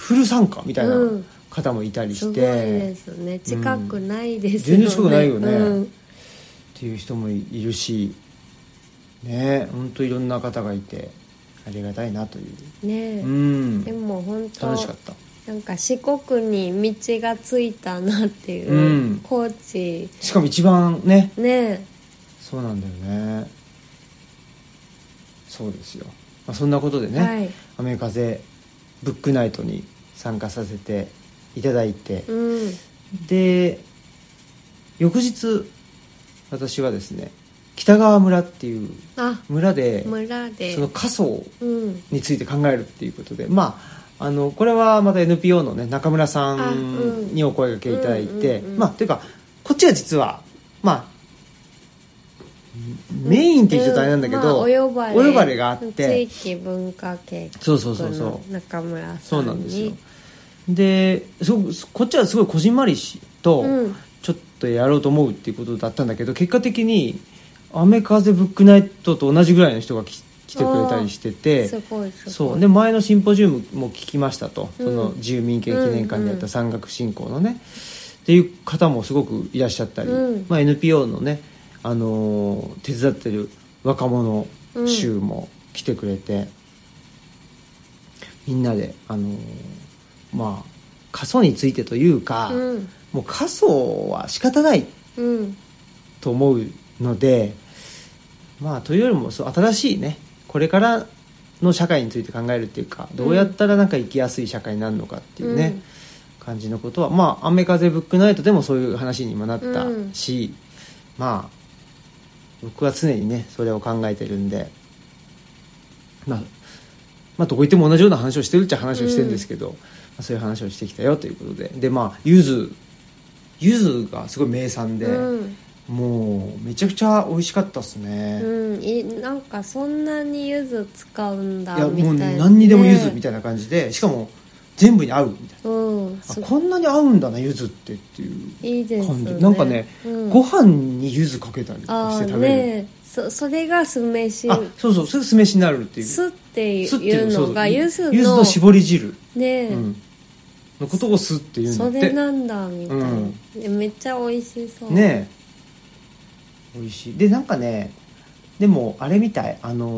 フル参加みたいな
うん
方もいたり
す
し
ごい
て、
ですね近くないです
全然近くないよね
うん
っていう人もいるしね本当いろんな方がいてありがたいなという、
ねえ
うん
でも本当
楽しかった
なんか四国に道がついたなっていう、
うん
高知
しかも一番ね
ね
そうなんだよねそうですよ、まあ、そんなことで
え
ね、
はい
雨風ブックナイトに参加させていただいて、
うん
で翌日私はですね北川村っていう
あ
村で
村で
その過疎
うん
について考えるっていうことでまああのこれはまた NPO のね中村さ
あうんん
にお声がけいただいて、
うんうんうん
まあというかこっちは実はまあメインって言っちゃっとあれなんだけど、
うんまあお呼ばれ
お呼ばれがあって
地域文化系
そうそうそうそう
中村さんに
そうなんですよですごくこっちはすごいこじんまりしと、
うん
ちょっとやろうと思うっていうことだったんだけど結果的に「雨風ブックナイト」と同じぐらいの人がき来てくれたりしてて
すごいすごい
そうで前のシンポジウムも聞きましたと、
うん
その自由民権記念館でやっ
うんう
た
ん
山岳振興のね、っていう方もすごくいらっしゃったり、
うん
まあ、NPO のね、あのー手伝ってる若者集も来てくれて、みんなで、あのーまあ過疎についてというか、
うん
もう過疎は仕方ない
うん
と思うのでまあというよりもそう新しいねこれからの社会について考えるっていうかどうやったらなんか生きやすい社会になるのかっていうね、感じのことはまあ「雨風ブックナイト」でもそういう話にもなったし、まあ僕は常にねそれを考えてるんで、まあ、まあどこ行っても同じような話をしてるっちゃ話をしてるんですけど、まあそういう話をしてきたよということででまあゆずゆずがすごい名産で。
うん
もうめちゃくちゃ美味しかったっすね、い
うん、いなんかそんなに柚子使うんだ
や
みた
もう
いな、ね、
何にでも柚子みたいな感じでしかも全部に合うみたい
うん
なあ
すごい
こんなに合うんだな柚子ってっていう
いいです
感じ、
ね
なんかね、
うん
ご飯に柚子かけたりとか
あ
して
ー
食べる
ねそそれが酢飯
あそうそうそれ酢飯になるっていう
酢って
酢ってい
いうう
そう
の
そう
が柚子の
柚子の絞り汁、
ね、
うん、のことを酢っていうんだ
そ
って
れなんだみたいな、
うん
えめっちゃ美味しそう
ねえ美味しいでなんかねでもあれみたいあの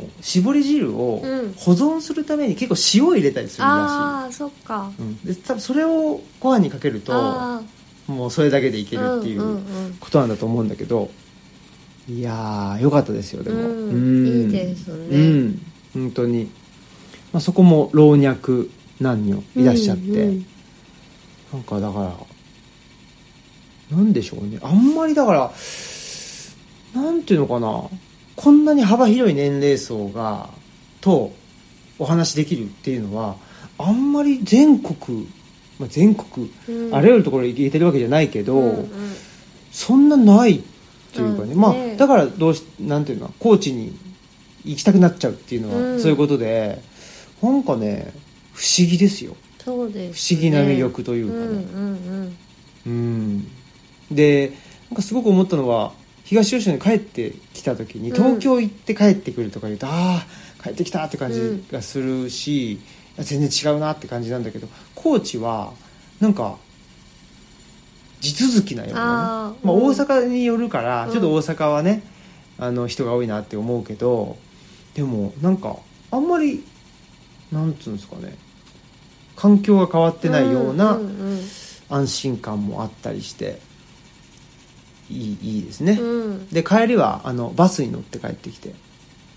ー絞り汁を
うん
保存するために結構塩を入れたりするら
ああそっか
しい、うん、で多分それをご飯にかけると
あ
もうそれだけでい
ー
けるってい
ん
ううんことなんだと思うんだけどいやーよかったですよでも、
うんいいですね
うん本当に、まあ、そこも老若男女
うん
いらっしゃって、
うん
なんかだから、なんでしょうね。あんまりだから、なんていうのかな。こんなに幅広い年齢層が、とお話しできるっていうのは、あんまり全国、まあ、全国、
うん
あらゆるところ行けてるわけじゃないけど、
うんうん
そんなないというかね。
うん
まあ
ね、
だからどうし、なんていうのかな高知に行きたくなっちゃうっていうの
う
は、
ん
そういうことで、なんかね、不思議ですよ。
そうで
不
す、
思
ね、
議な魅力といううんかね。
うん
うん、でなんかすごく思ったのは東吉野に帰ってきた時に
うん
東京行って帰ってくるとか言うと、ああ帰ってきたって感じがするし、全然違うなって感じなんだけど高知はなんか地続きなような、ね
あー
まあ、
うん
大阪によるから、
うん
ちょっと大阪はねあの人が多いなって思うけどでもなんかあんまりなんつうんですかね環境が変わってないような、
んうん
安心感もあったりしていいいいですね、
うん
で帰りはあのバスに乗って帰ってきてっ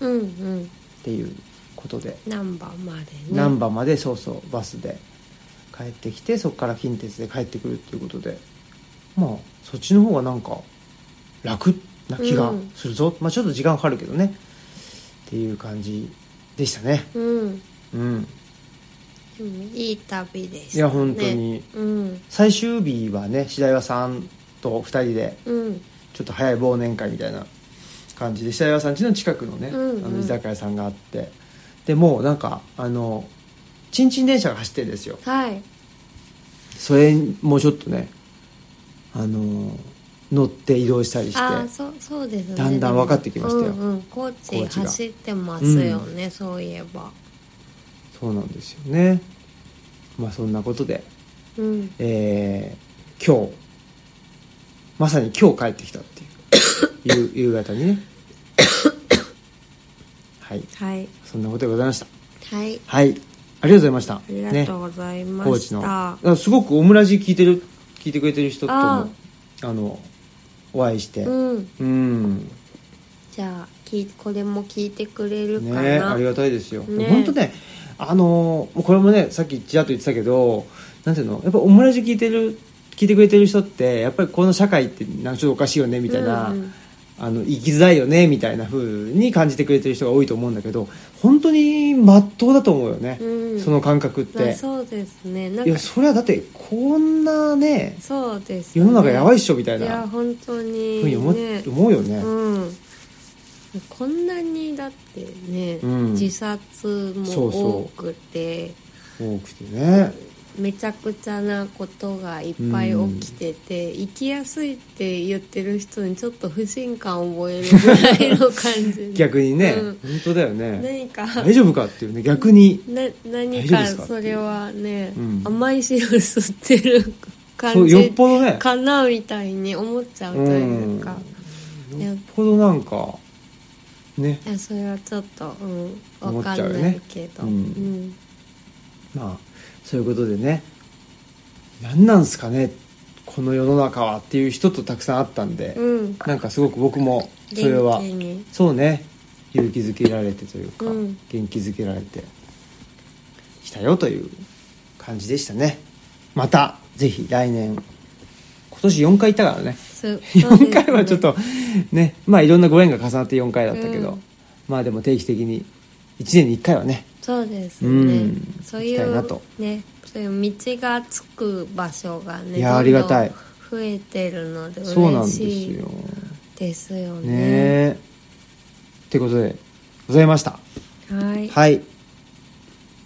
うんうん
ていうことで、
難波までね
難波までそうそうバスで帰ってきてそこから近鉄で帰ってくるっていうことでまあそっちの方がなんか楽な気がするぞ、まあちょっと時間かかるけどねっていう感じでしたね
うん
うん
でもいい旅でした、ね、
いや本当に
うん
最終日はね白岩さんと2人で
うん
ちょっと早い忘年会みたいな感じで白岩さん家の近くのね、
うんうん
あの居酒屋さんがあってでもうなんかあのちんちん電車が走ってるんですよ
はい
それもうちょっとねあの乗って移動したりして
あーそうそうですね
だんだん分かってきましたよ
うんうん、高知
高知が
走ってますよね、そういえば
そうなんですよねまあそんなことで、
うん
えー今日まさに今日帰ってきたって いう夕夕方にねはい
はい
そんなことでございました
はい
はいありがとうございました
ありがとうございま
コー
し
チの
た、
だからすごくオムラジ聞いてる聞いてくれてる人とも
あ
あのお会いしてうん、
うんじゃあ聞いこれも聞いてくれるかな、
ねありがたいですよ
ね
本当ねあのこれもねさっきちらっと言ってたけどなんていうのやっぱオムラジ聞いてる聞いてくれてる人ってやっぱりこの社会ってなんかちょっとおかしいよねみたいな、
うんうん
あの生きづらいよねみたいな風に感じてくれてる人が多いと思うんだけど本当に真っ当だと思うよね、
うん
その感覚っ
まあ、
て。
そうですねないん
や
か
それはだってこんなね
そうです
世
よね、
の中やばいっ
い
しょみたい
いや
な
本当に
ふうに思,、
ね
思うよね、
うん、こんなにだってね、
うん
自殺
そうそ
も
う
多くて
多くてね
めちゃくちゃなことがいっぱい起きてて、生きやすいって言ってる人にちょっと不信感を覚えるぐらいの感 じ
逆にね、
うん
本当だよね
何か
大丈夫かっていうね逆に
な何
大丈夫
か
ですか
それはね、
うん
甘い汁吸ってる
そ
感
う
じ
よっぽどね
かなみたいに思っちゃうというか、
うん
ね
よっぽどなんかね
いやそれはちょっと、うん、
思っ
わか
ちゃうよね
んないけど、
うん
うん
まあそういうことでね何なんすかねこの世の中はっていう人とたくさん会ったんで、
うん
なんかすごく僕もそれは
元気に
そうね勇気づけられてというか、
うん
元気づけられてきたよという感じでしたねまたぜひ来年今年4回行ったからね
そうそうです
4
ね
回はちょっとねまあいろんなご縁が重なって4回だったけど、
うん
まあでも定期的に1年に1回はね
そうですね、
うん
そうい
行きたいな
う
と
ねそういう道がつく場所がね
いや
どんどん
ありがたい
増えてるので
そうなん
嬉
です
しい
よ
ですよ
ね
ね
えってことでございました
はいは
はい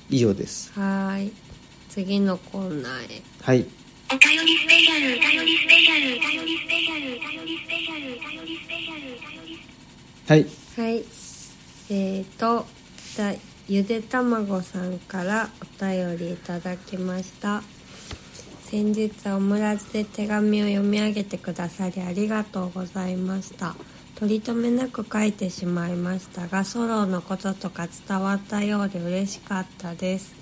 以上です
ーい次のコーナーへ
はい
お便りスペシャル、お便りスペシャル、お便りスペシャル、お便りスペシャル、お便りスペシャル、お便りスペシャル。
はい
はいえーとだゆでたまごさんからお便りいただきました先日オムラジで手紙を読み上げてくださりありがとうございました取り留めなく書いてしまいましたがソロのこととか伝わったようで嬉しかったです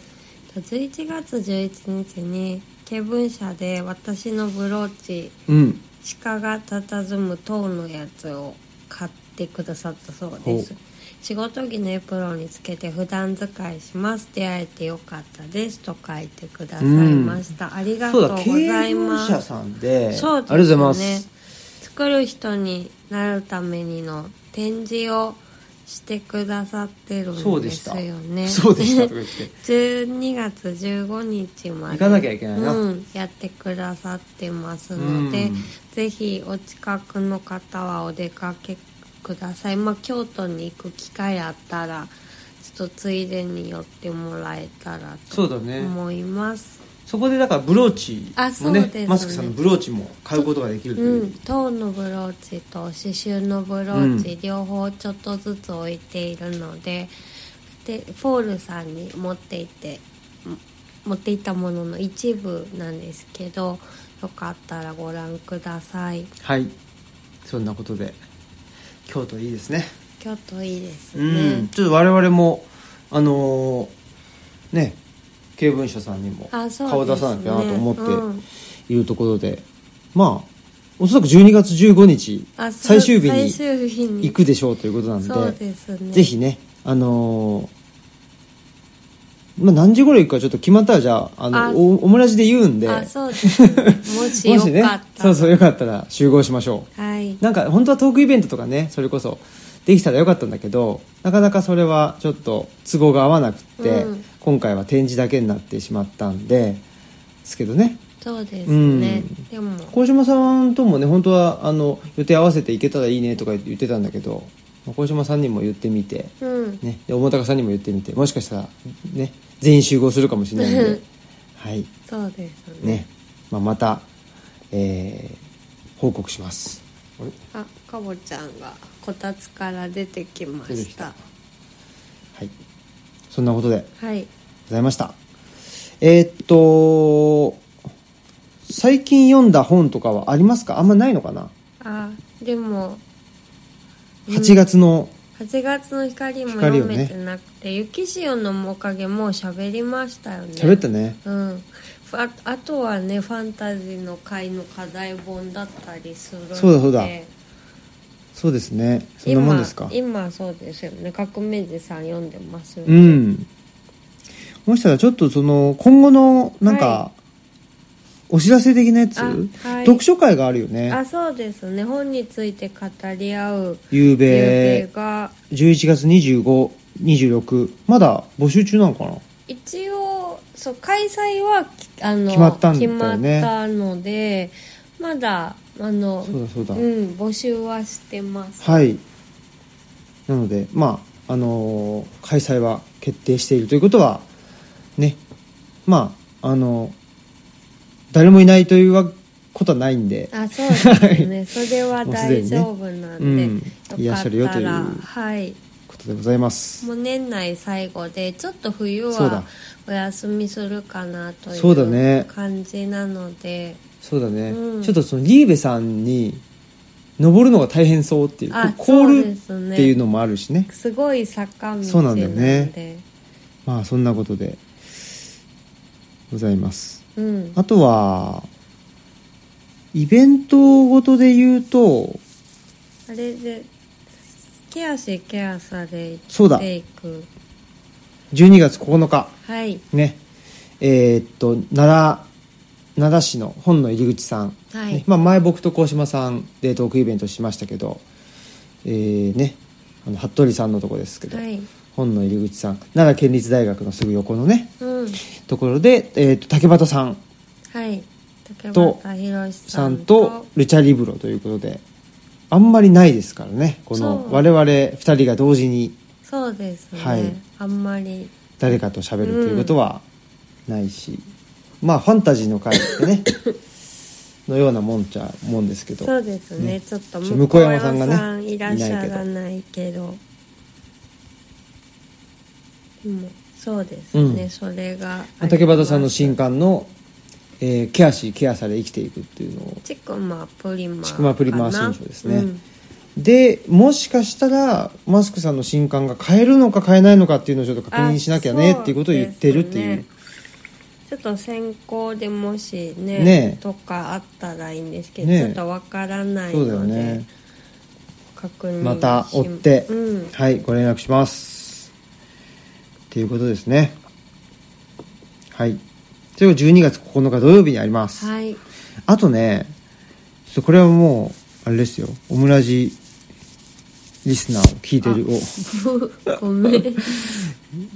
11月11日にケ文社で私のブローチ
うん
鹿が佇む塔のやつを買ってくださったそうです
ほう
仕事着のエプロンにつけて普段使いします出会えてよかったですと書いてくださいました、ありが
そ
と
う
う
だ
ご
経
ざ
営
います
者さんで
そう
ありがと
です
うございま
ね
す
作る人になるためにの展示をしてくださってるん
そうで
で
し
す
た
よね
そうでしたとか 言って
12月15日ま
行
で
かなきゃいけないな
うん、やってくださってますので、
うん
ぜひお近くの方はお出かけくださいまあ京都に行く機会あったらちょっとついでに寄ってもらえたらと
そうだね
思います
そこでだからブローチ
あそ
も
うで
ね
すね、
マスクさんのブローチも買うことができるといううん
塔のブローチと刺繍のブローチ、
うん
両方ちょっとずつ置いているのででポールさんに持っていって持っていったものの一部なんですけどよかったらご覧ください
はいそんなことで京都いいですね
京都いいです
う
ね、
んちょっと我々もあのーね経文社さんにも
あそうですね
顔を出さなきゃなと思っ
うん
ているところで、まあおそらく12月15日
あそう
最終日
最
に
終日に
行くでしょうということなんで
そうですね
ぜひねあのーまあ、何時頃行くかちょっと決まったらじゃああの
あ
おオムラジで言うんで
あそうですね もしよかったら、
そうそうよかったら集合しましょう
はい
なんか本当はトークイベントとかねそれこそできたらよかったんだけどなかなかそれはちょっと都合が合わなくって、
うん
今回は展示だけになってしまったんでですけどね
そうですね、
うん
でも
小島さんともね本当はあの予定合わせていけたらいいねとか言ってたんだけど小島さんにも言ってみて、
うん
ね、で大高さんにも言ってみてもしかしたら、ね、全員集合するかもしれないん ではい、
そうですね
ねまあ、また、えー報告します。あれ
あかぼちゃんがこたつから出てきま
出て
し
き
た
たはい、そんなことで
はい
ございました。えーっと、最近読んだ本とかはありますかあんまないのかな
あでも
?8 月の、
8月の光も
光
読
をね
めてなくて、雪潮のおかげも喋りましたよね
喋ったね。
うんああとはねファンタジーの会の課題本だったりするので
そうだそうだそうですね。そんなもんですか。
今今そうですよね革命児さん読んでますよ
う
ね
ん。もしかしたらちょっとその、今後の、なんか、
は
お知らせ的なやつ、
あはい
読書会があるよ
あ
ね。
そうですね本について語り合う
ゆう
予定
べ、
が
11月25、26。まだ募集中なのかな
一応そう開催はきあの
決まったんだよね
決まったのでまだあの
そうだそうだ。
うん募集はしてます
はい。なので、まあ、あのー開催は決定しているということは、ね、まあ、あの誰もいないというわことはないんで、
あそうで すねそれは
もうすで
大
にね
丈夫なんで
うんい
よ
らっし
か
ゃ
った
るよという
らはい
ことでございます。
もう年内最後でちょっと冬
そうだ
はお休みするかなとい
そうだね
う感じなので
そうだね。
うん
ちょっとその、リーベさんに、登るのが大変そうっていう、
あ
凍
そう
る
ですね
っていうのもあるしね。
すごい坂道
そうなんだよね
なんで
まあ、そんなことで、ございます。
うん
あとは、イベントごとで言うと、
あれでケアしケアされ
そうだ
ていく
12月9日、
はい
ね、えーっと、奈良、奈良市の本の入り口さん。
はい
ねまあ、前僕と鴻島さんでトークイベントしましたけど、えーね、あの、服部さんのとこですけど、
はい
本の入り口さん、奈良県立大学のすぐ横のね、
うん
ところで、えーっと、竹俣さん、
はい竹
と
俣宏
さ
さ
ん
ん
と
と
ルチャリブロということで、あんまりないですからね、この
そう
我々二人が同時に
そうですね、
はい
あんまり
誰かと喋るということはないし、まあファンタジーの会って ねのようなもんちゃもんですけど
そうですね
ね
ちょっと
ちょ
向山
向山さ
さ
んが
ん
ね
いらっしゃらないけどでもそうですね、
うん
それがあります
竹端さんの新刊の「えーケアしケアされ生きていく」っていうのを
ちくまプリマ
ちくまプリマー新書ですね、
うん
でもしかしたらマスクさんの新刊が買えるのか買えないのかっていうのをちょっと確認しなきゃね
あ
っていうことを言ってるっていう
そうですねちょっと選考でもしね
ねえ
とかあったらいいんですけど、
ねえ
ちょっとわからない
そう,、
の
だ
で
よね
確認し
また追って、
うん、
はいご連絡しますっていうことですねはいそれが12月9日土曜日にあります、
はい
あとねちょっとこれはもうあれですよオムラジリスナーを聞いてるお、
ごめん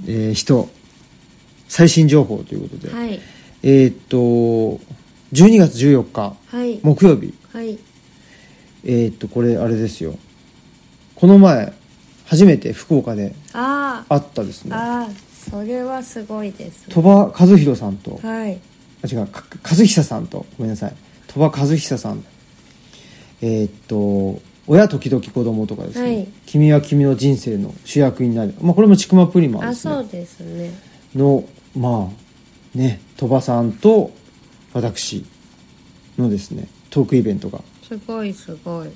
えー人最新情報ということで、
はい
えーっと12月14日
はい
木曜日
はい
えーっとこれあれですよこの前初めて福岡で
ああ
会ったですね
あーそれはすごいですね
鳥羽和弘さんと、
はい
あ違うか和久さんとごめんなさい鳥羽和久さんえーっと「親時々子供とかですね、
はい
君は君の人生の主役になる」まあ、これもちくまプリマ
あ
です、
そう
ね、
ですね
のまあね鳥羽さんと私のですねトークイベントが
すごいすごい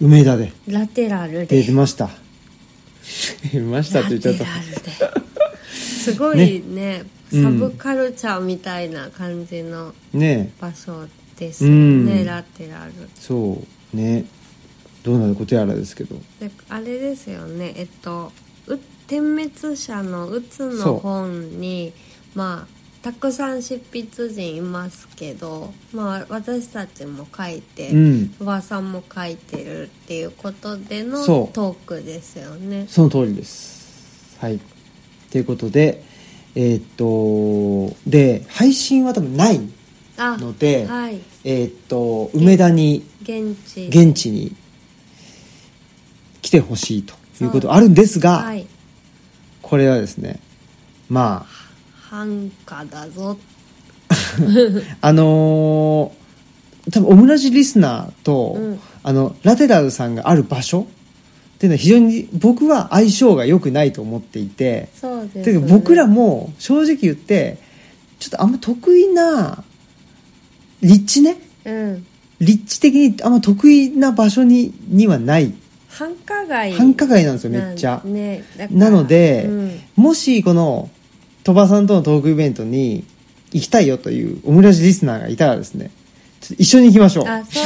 梅田で
ラテラルで
出ました 出ましたって言っちゃっ
ラテ
た
ラルですごいね
うん
サブカルチャーみたいな感じの
ねえ
場所ですよね、
うん
ラテラル
そうねどうなることやらですけど
であれですよねえっとう点滅者のうつ
そ
の
う
本にまあたくさん執筆人いますけど、まあ、私たちも書いて、
うん
おばさんも書いてるっていうことでの
そう
トークですよね
その通りです。はい。ということで、えーっと、で、配信は多分ない
あ
ので、
はい
えーっと、梅田に、
現地
現地に来てほしいということあるんですが、
はい
これはですね、ま
繁華だぞ
あ、あのー多分オムラジリスナーと、
うん
あのラテラルさんがある場所っていうのは非常に僕は相性が良くないと思っていて、
そうです
て
ね
か僕らも正直言ってちょっとあんま得意な立地ね
うん
立地的にあんま得意な場所ににはない
繁華街
繁華街なんですよめっちゃ
なんねだから
なので、
うん
もしこの鳥羽さんとのトークイベントに行きたいよというオムラジリスナーがいたらですねちょっと一緒に行きましょう
あそ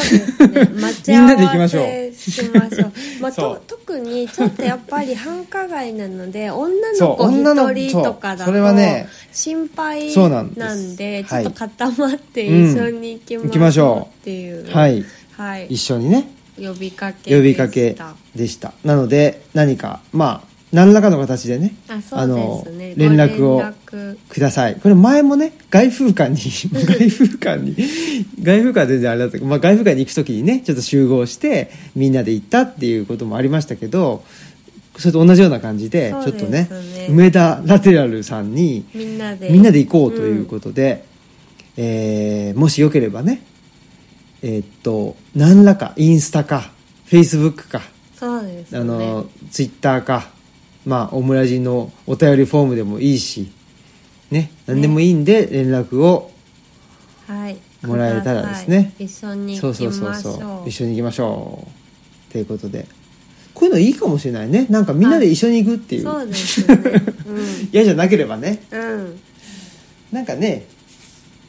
うです ね待ち
み
合
んなで行き
わ
ましょ
せしましょうまあ
そう
と特にちょっとやっぱり繁華街なので女の
そう
子
女の
一人とか
そ
だ
うそ
と
れはね
心配
そうなんです
なんでち
は
ょ
い
っと固まって一緒に行き
うん行きま
ま
し
し
ょ
ょ
う
うっていう、
はい
はい
一緒にね
呼びかけでした
呼びかけでしたなので何かまあ何らかの形でね
あそうですね
あの連絡を
ご連絡
くださいこれ前もね外風館に 外風館に外風館は全然あれだったけど、まあ、外風館に行く時にねちょっと集合してみんなで行ったっていうこともありましたけどそれと同じような感じで
そう
ちょ
で
っ
す
とね
ね
梅田ラテラルさんに
みんなで
みんなで行こうということで、えーもしよければねえーっと何らかインスタかフェイスブックか
そうです
あ
ね
の、ツイッターか、まあ、オムラジのお便りフォームでもいいし、ね、何でもいいんで連絡を、
はい
もらえたらですね
ください一緒に
そう
行き
そう
まし
そう
ょう
そう、一緒に行きましょう。ということで、こういうのいいかもしれないね。なんかみんなで一緒に行くっていう。
そうですね
嫌じゃなければね、
うん、うん、
なんかね、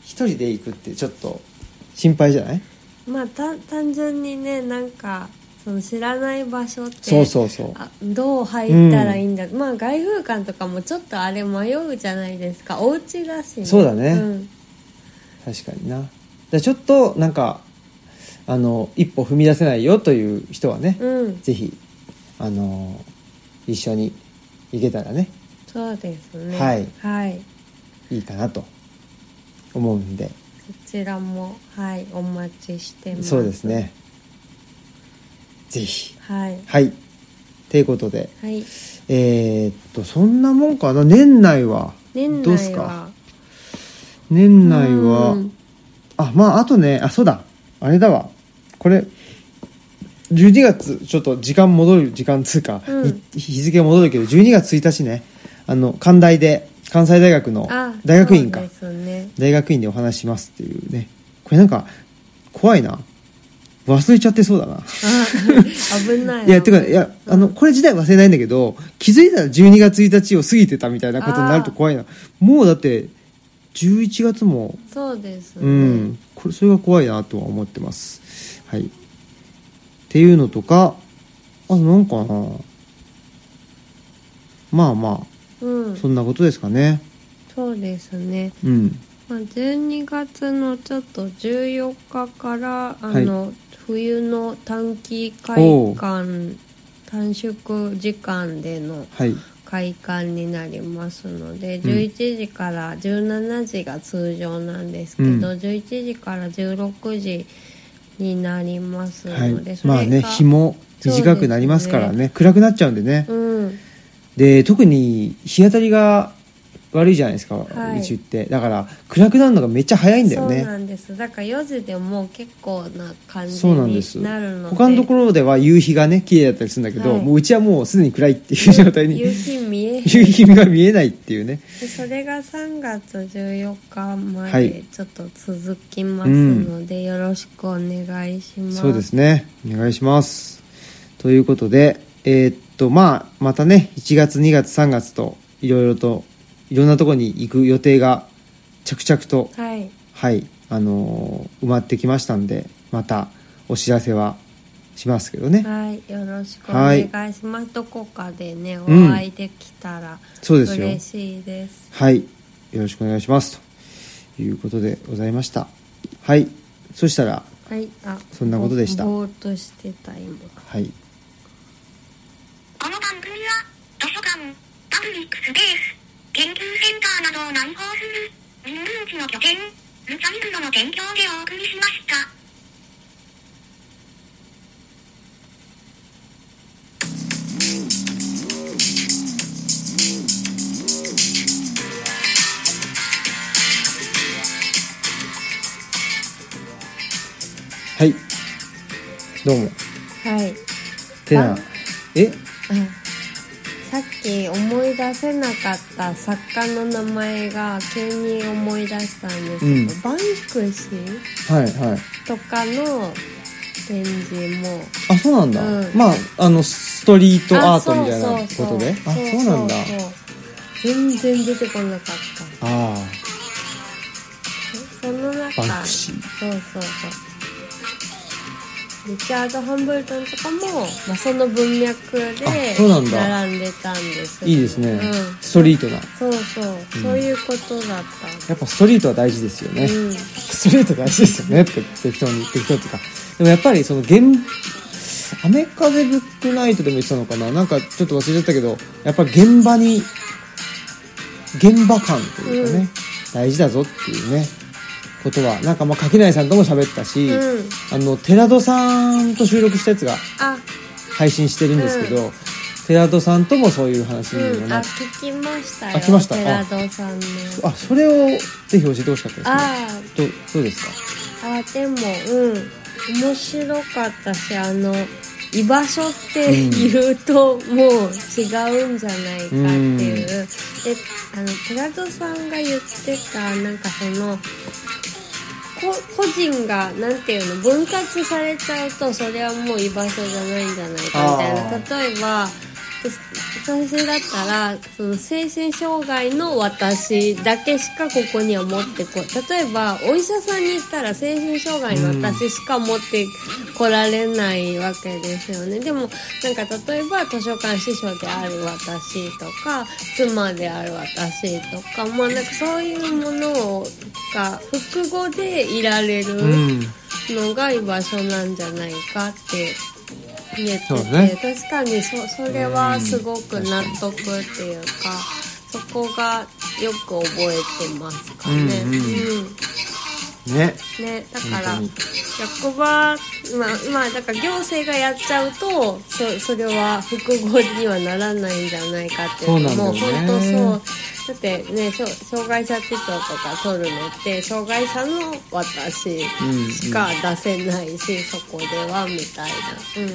一人で行くってちょっと心配じゃない
まあた単純にねなんかその知らない場所って
そうそうそう。
あどう入ったらいいんだ、まあ外風館とかもちょっとあれ迷うじゃないですかお家だし、ね、
そうだね
ん
確かにな。じゃあちょっと、なんか、あの、一歩踏み出せないよという人はね、
うん、
ぜひ、あのー一緒に行けたらね、
そうですね
はい
はい、
いいかなと思うんで、
そちらもはいお待ちしてます
そうですね。ぜひ。
はい
はい。ということで、
はい
えーっと、そんなもんかな、年内は。
年
どうっす
内
か
は
年内は
う、ん
あ、まあ、あとね、あ、そうだ、あれだわ。これ、12月、ちょっと時間戻る、時間通過、
うん
い日付戻るけど、12月1日ね、あの、関大で、関西大学の
あ
大学院か
そうで。すね
大学院でお話しますっていうねこれなんか怖いな忘れちゃってそうだな
あ危ない
いやてかいやあのこれ自体忘れないんだけど気づいたら12月1日を過ぎてたみたいなことになると怖いなもうだって11月も
そうですね、
うんこれそれが怖いなとは思ってますはいっていうのとかあとなんかなまあま
うん
あそんなことですかね
そうですね、
うん
まあ、12月のちょっと14日からあ
はい
の、冬の短期会館短縮時間での
はい
開館になりますので11時から17時が通常なんですけど、
うん
11時から16時になりますの
はい
で、それ
ま
が
あね日も短くなりますから
そう
ね
で
暗くなっちゃうんでね、
うん
で特に日当たりが悪いじゃないですか、
はいう
ちってだから暗くなるのがめっちゃ早いんだよ
そうな
ね
んですだから4時でもう結構な感じ
そうなんです
になるので
他のところでは夕日がね綺麗だったりするんだけど、
はい
もううちはもうすでに暗いっていう状態に
夕日見えへん
夕日が見えないっていうね
でそれが3月14日ま
は
で
い
ちょっと続きますので、よろしくお願いします
そうですねお願いしますということでえーっとまあまたね1月2月3月といろいろといろんなところに行く予定が着々と
はい
はい、あのー埋まってきましたんで、またお知らせはしますけどね。
はいよろしくお
は
願
い
いします、どこかでねお
ん
会いできたら
そうですよ
嬉しいです
はい、よろしくお願いしますということでございました。はい、そしたら、
はいあ
そんなことでした
ぼぼーっとしてた今
はい、
この番組は、図書館、パブリックスペース、研究センターなどを内包する、人文地の拠点、ルチャリブロの提供でお送りしました。
はい、どうも、
はい
てな
あ、
え、
あさっき思い出せなかった作家の名前が急に思い出したんですけど、
うん
バンクシー
はいはい
とかの展示も
あそうなんだ、
うん
まああのストリートアートみたいな
あそう
ことであそうなんだ
そう全然出てこなかった
あ
その中
あバンクシー
そうそうそうリチャード・ハンブルトンとかも、まあ、その文脈で
あそうなんだ
並んでたんです
いいですね、
うん、
ストリートだや
そうそう、そういうことだった
っぱストリートは大事ですよね、
うん
ストレート大事ですよねって適当に適当っていうかでもやっぱりその現アメカゼブックナイトでも言ってたのかななんかちょっと忘れちゃったけどやっぱり現場に現場感というかね、
うん
大事だぞっていうねことはなんかまあ垣内さんとも喋ったし、
うん
あの寺戸さんと収録したやつが
あ
配信してるんですけど、寺戸さんともそういう話に
う
も
んあ
なって、
聞きましたよ
あ来ました
寺戸さんの
あそれをぜひ教えてほしかったですね
ああ
どうどうですか
あでもうん面白かったしあの居場所って言うともう違うんじゃないかっていう、であの寺戸さんが言ってたなんかそのこ個人がなんていうの分割されちゃうとそれはもう居場所じゃないんじゃないかみた
あ
いな例えば私だったらその精神障害の私だけしかここには持ってこ例えばお医者さんに行ったら精神障害の私しか持ってこられないわけですよねでもなんか例えば図書館師匠である私とか妻である私とかまあなんかそういうものが複合でいられる。
うん
のが居場所なんじゃないかって言って
そう
て、
ね
確かにそそれはすごく納得っていうかそこがよく覚えてますかね。
うんうん
うん
ね
ね、だから
本当に
役場今今だから行政がやっちゃうとそそれは複合にはならないんじゃないかっていう
そうなんだよね
もう本当そうだってねそう障害者手帳とか取るのって障害者の私しか出せないし、そこではみたいなうん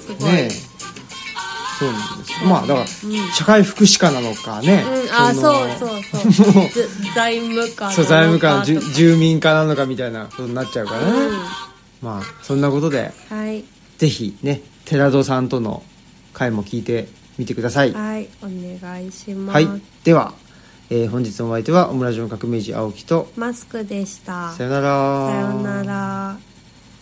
すごい、
ねえそうなんですまあだから社会福祉課なのかね、
うん、あ
の
そうそう そう
もう
ず財務官
そう財務官じゅ
とか
住民課なのかみたいなことになっちゃうからね、まあそんなことで
うん、はい
ぜひね寺戸さんとの会も聞いてみてくださいは
はいお願いします、
いでは、えー本日のお相手はオムラジオの革命児青木と
マスクでした。
さよなら
さようなら。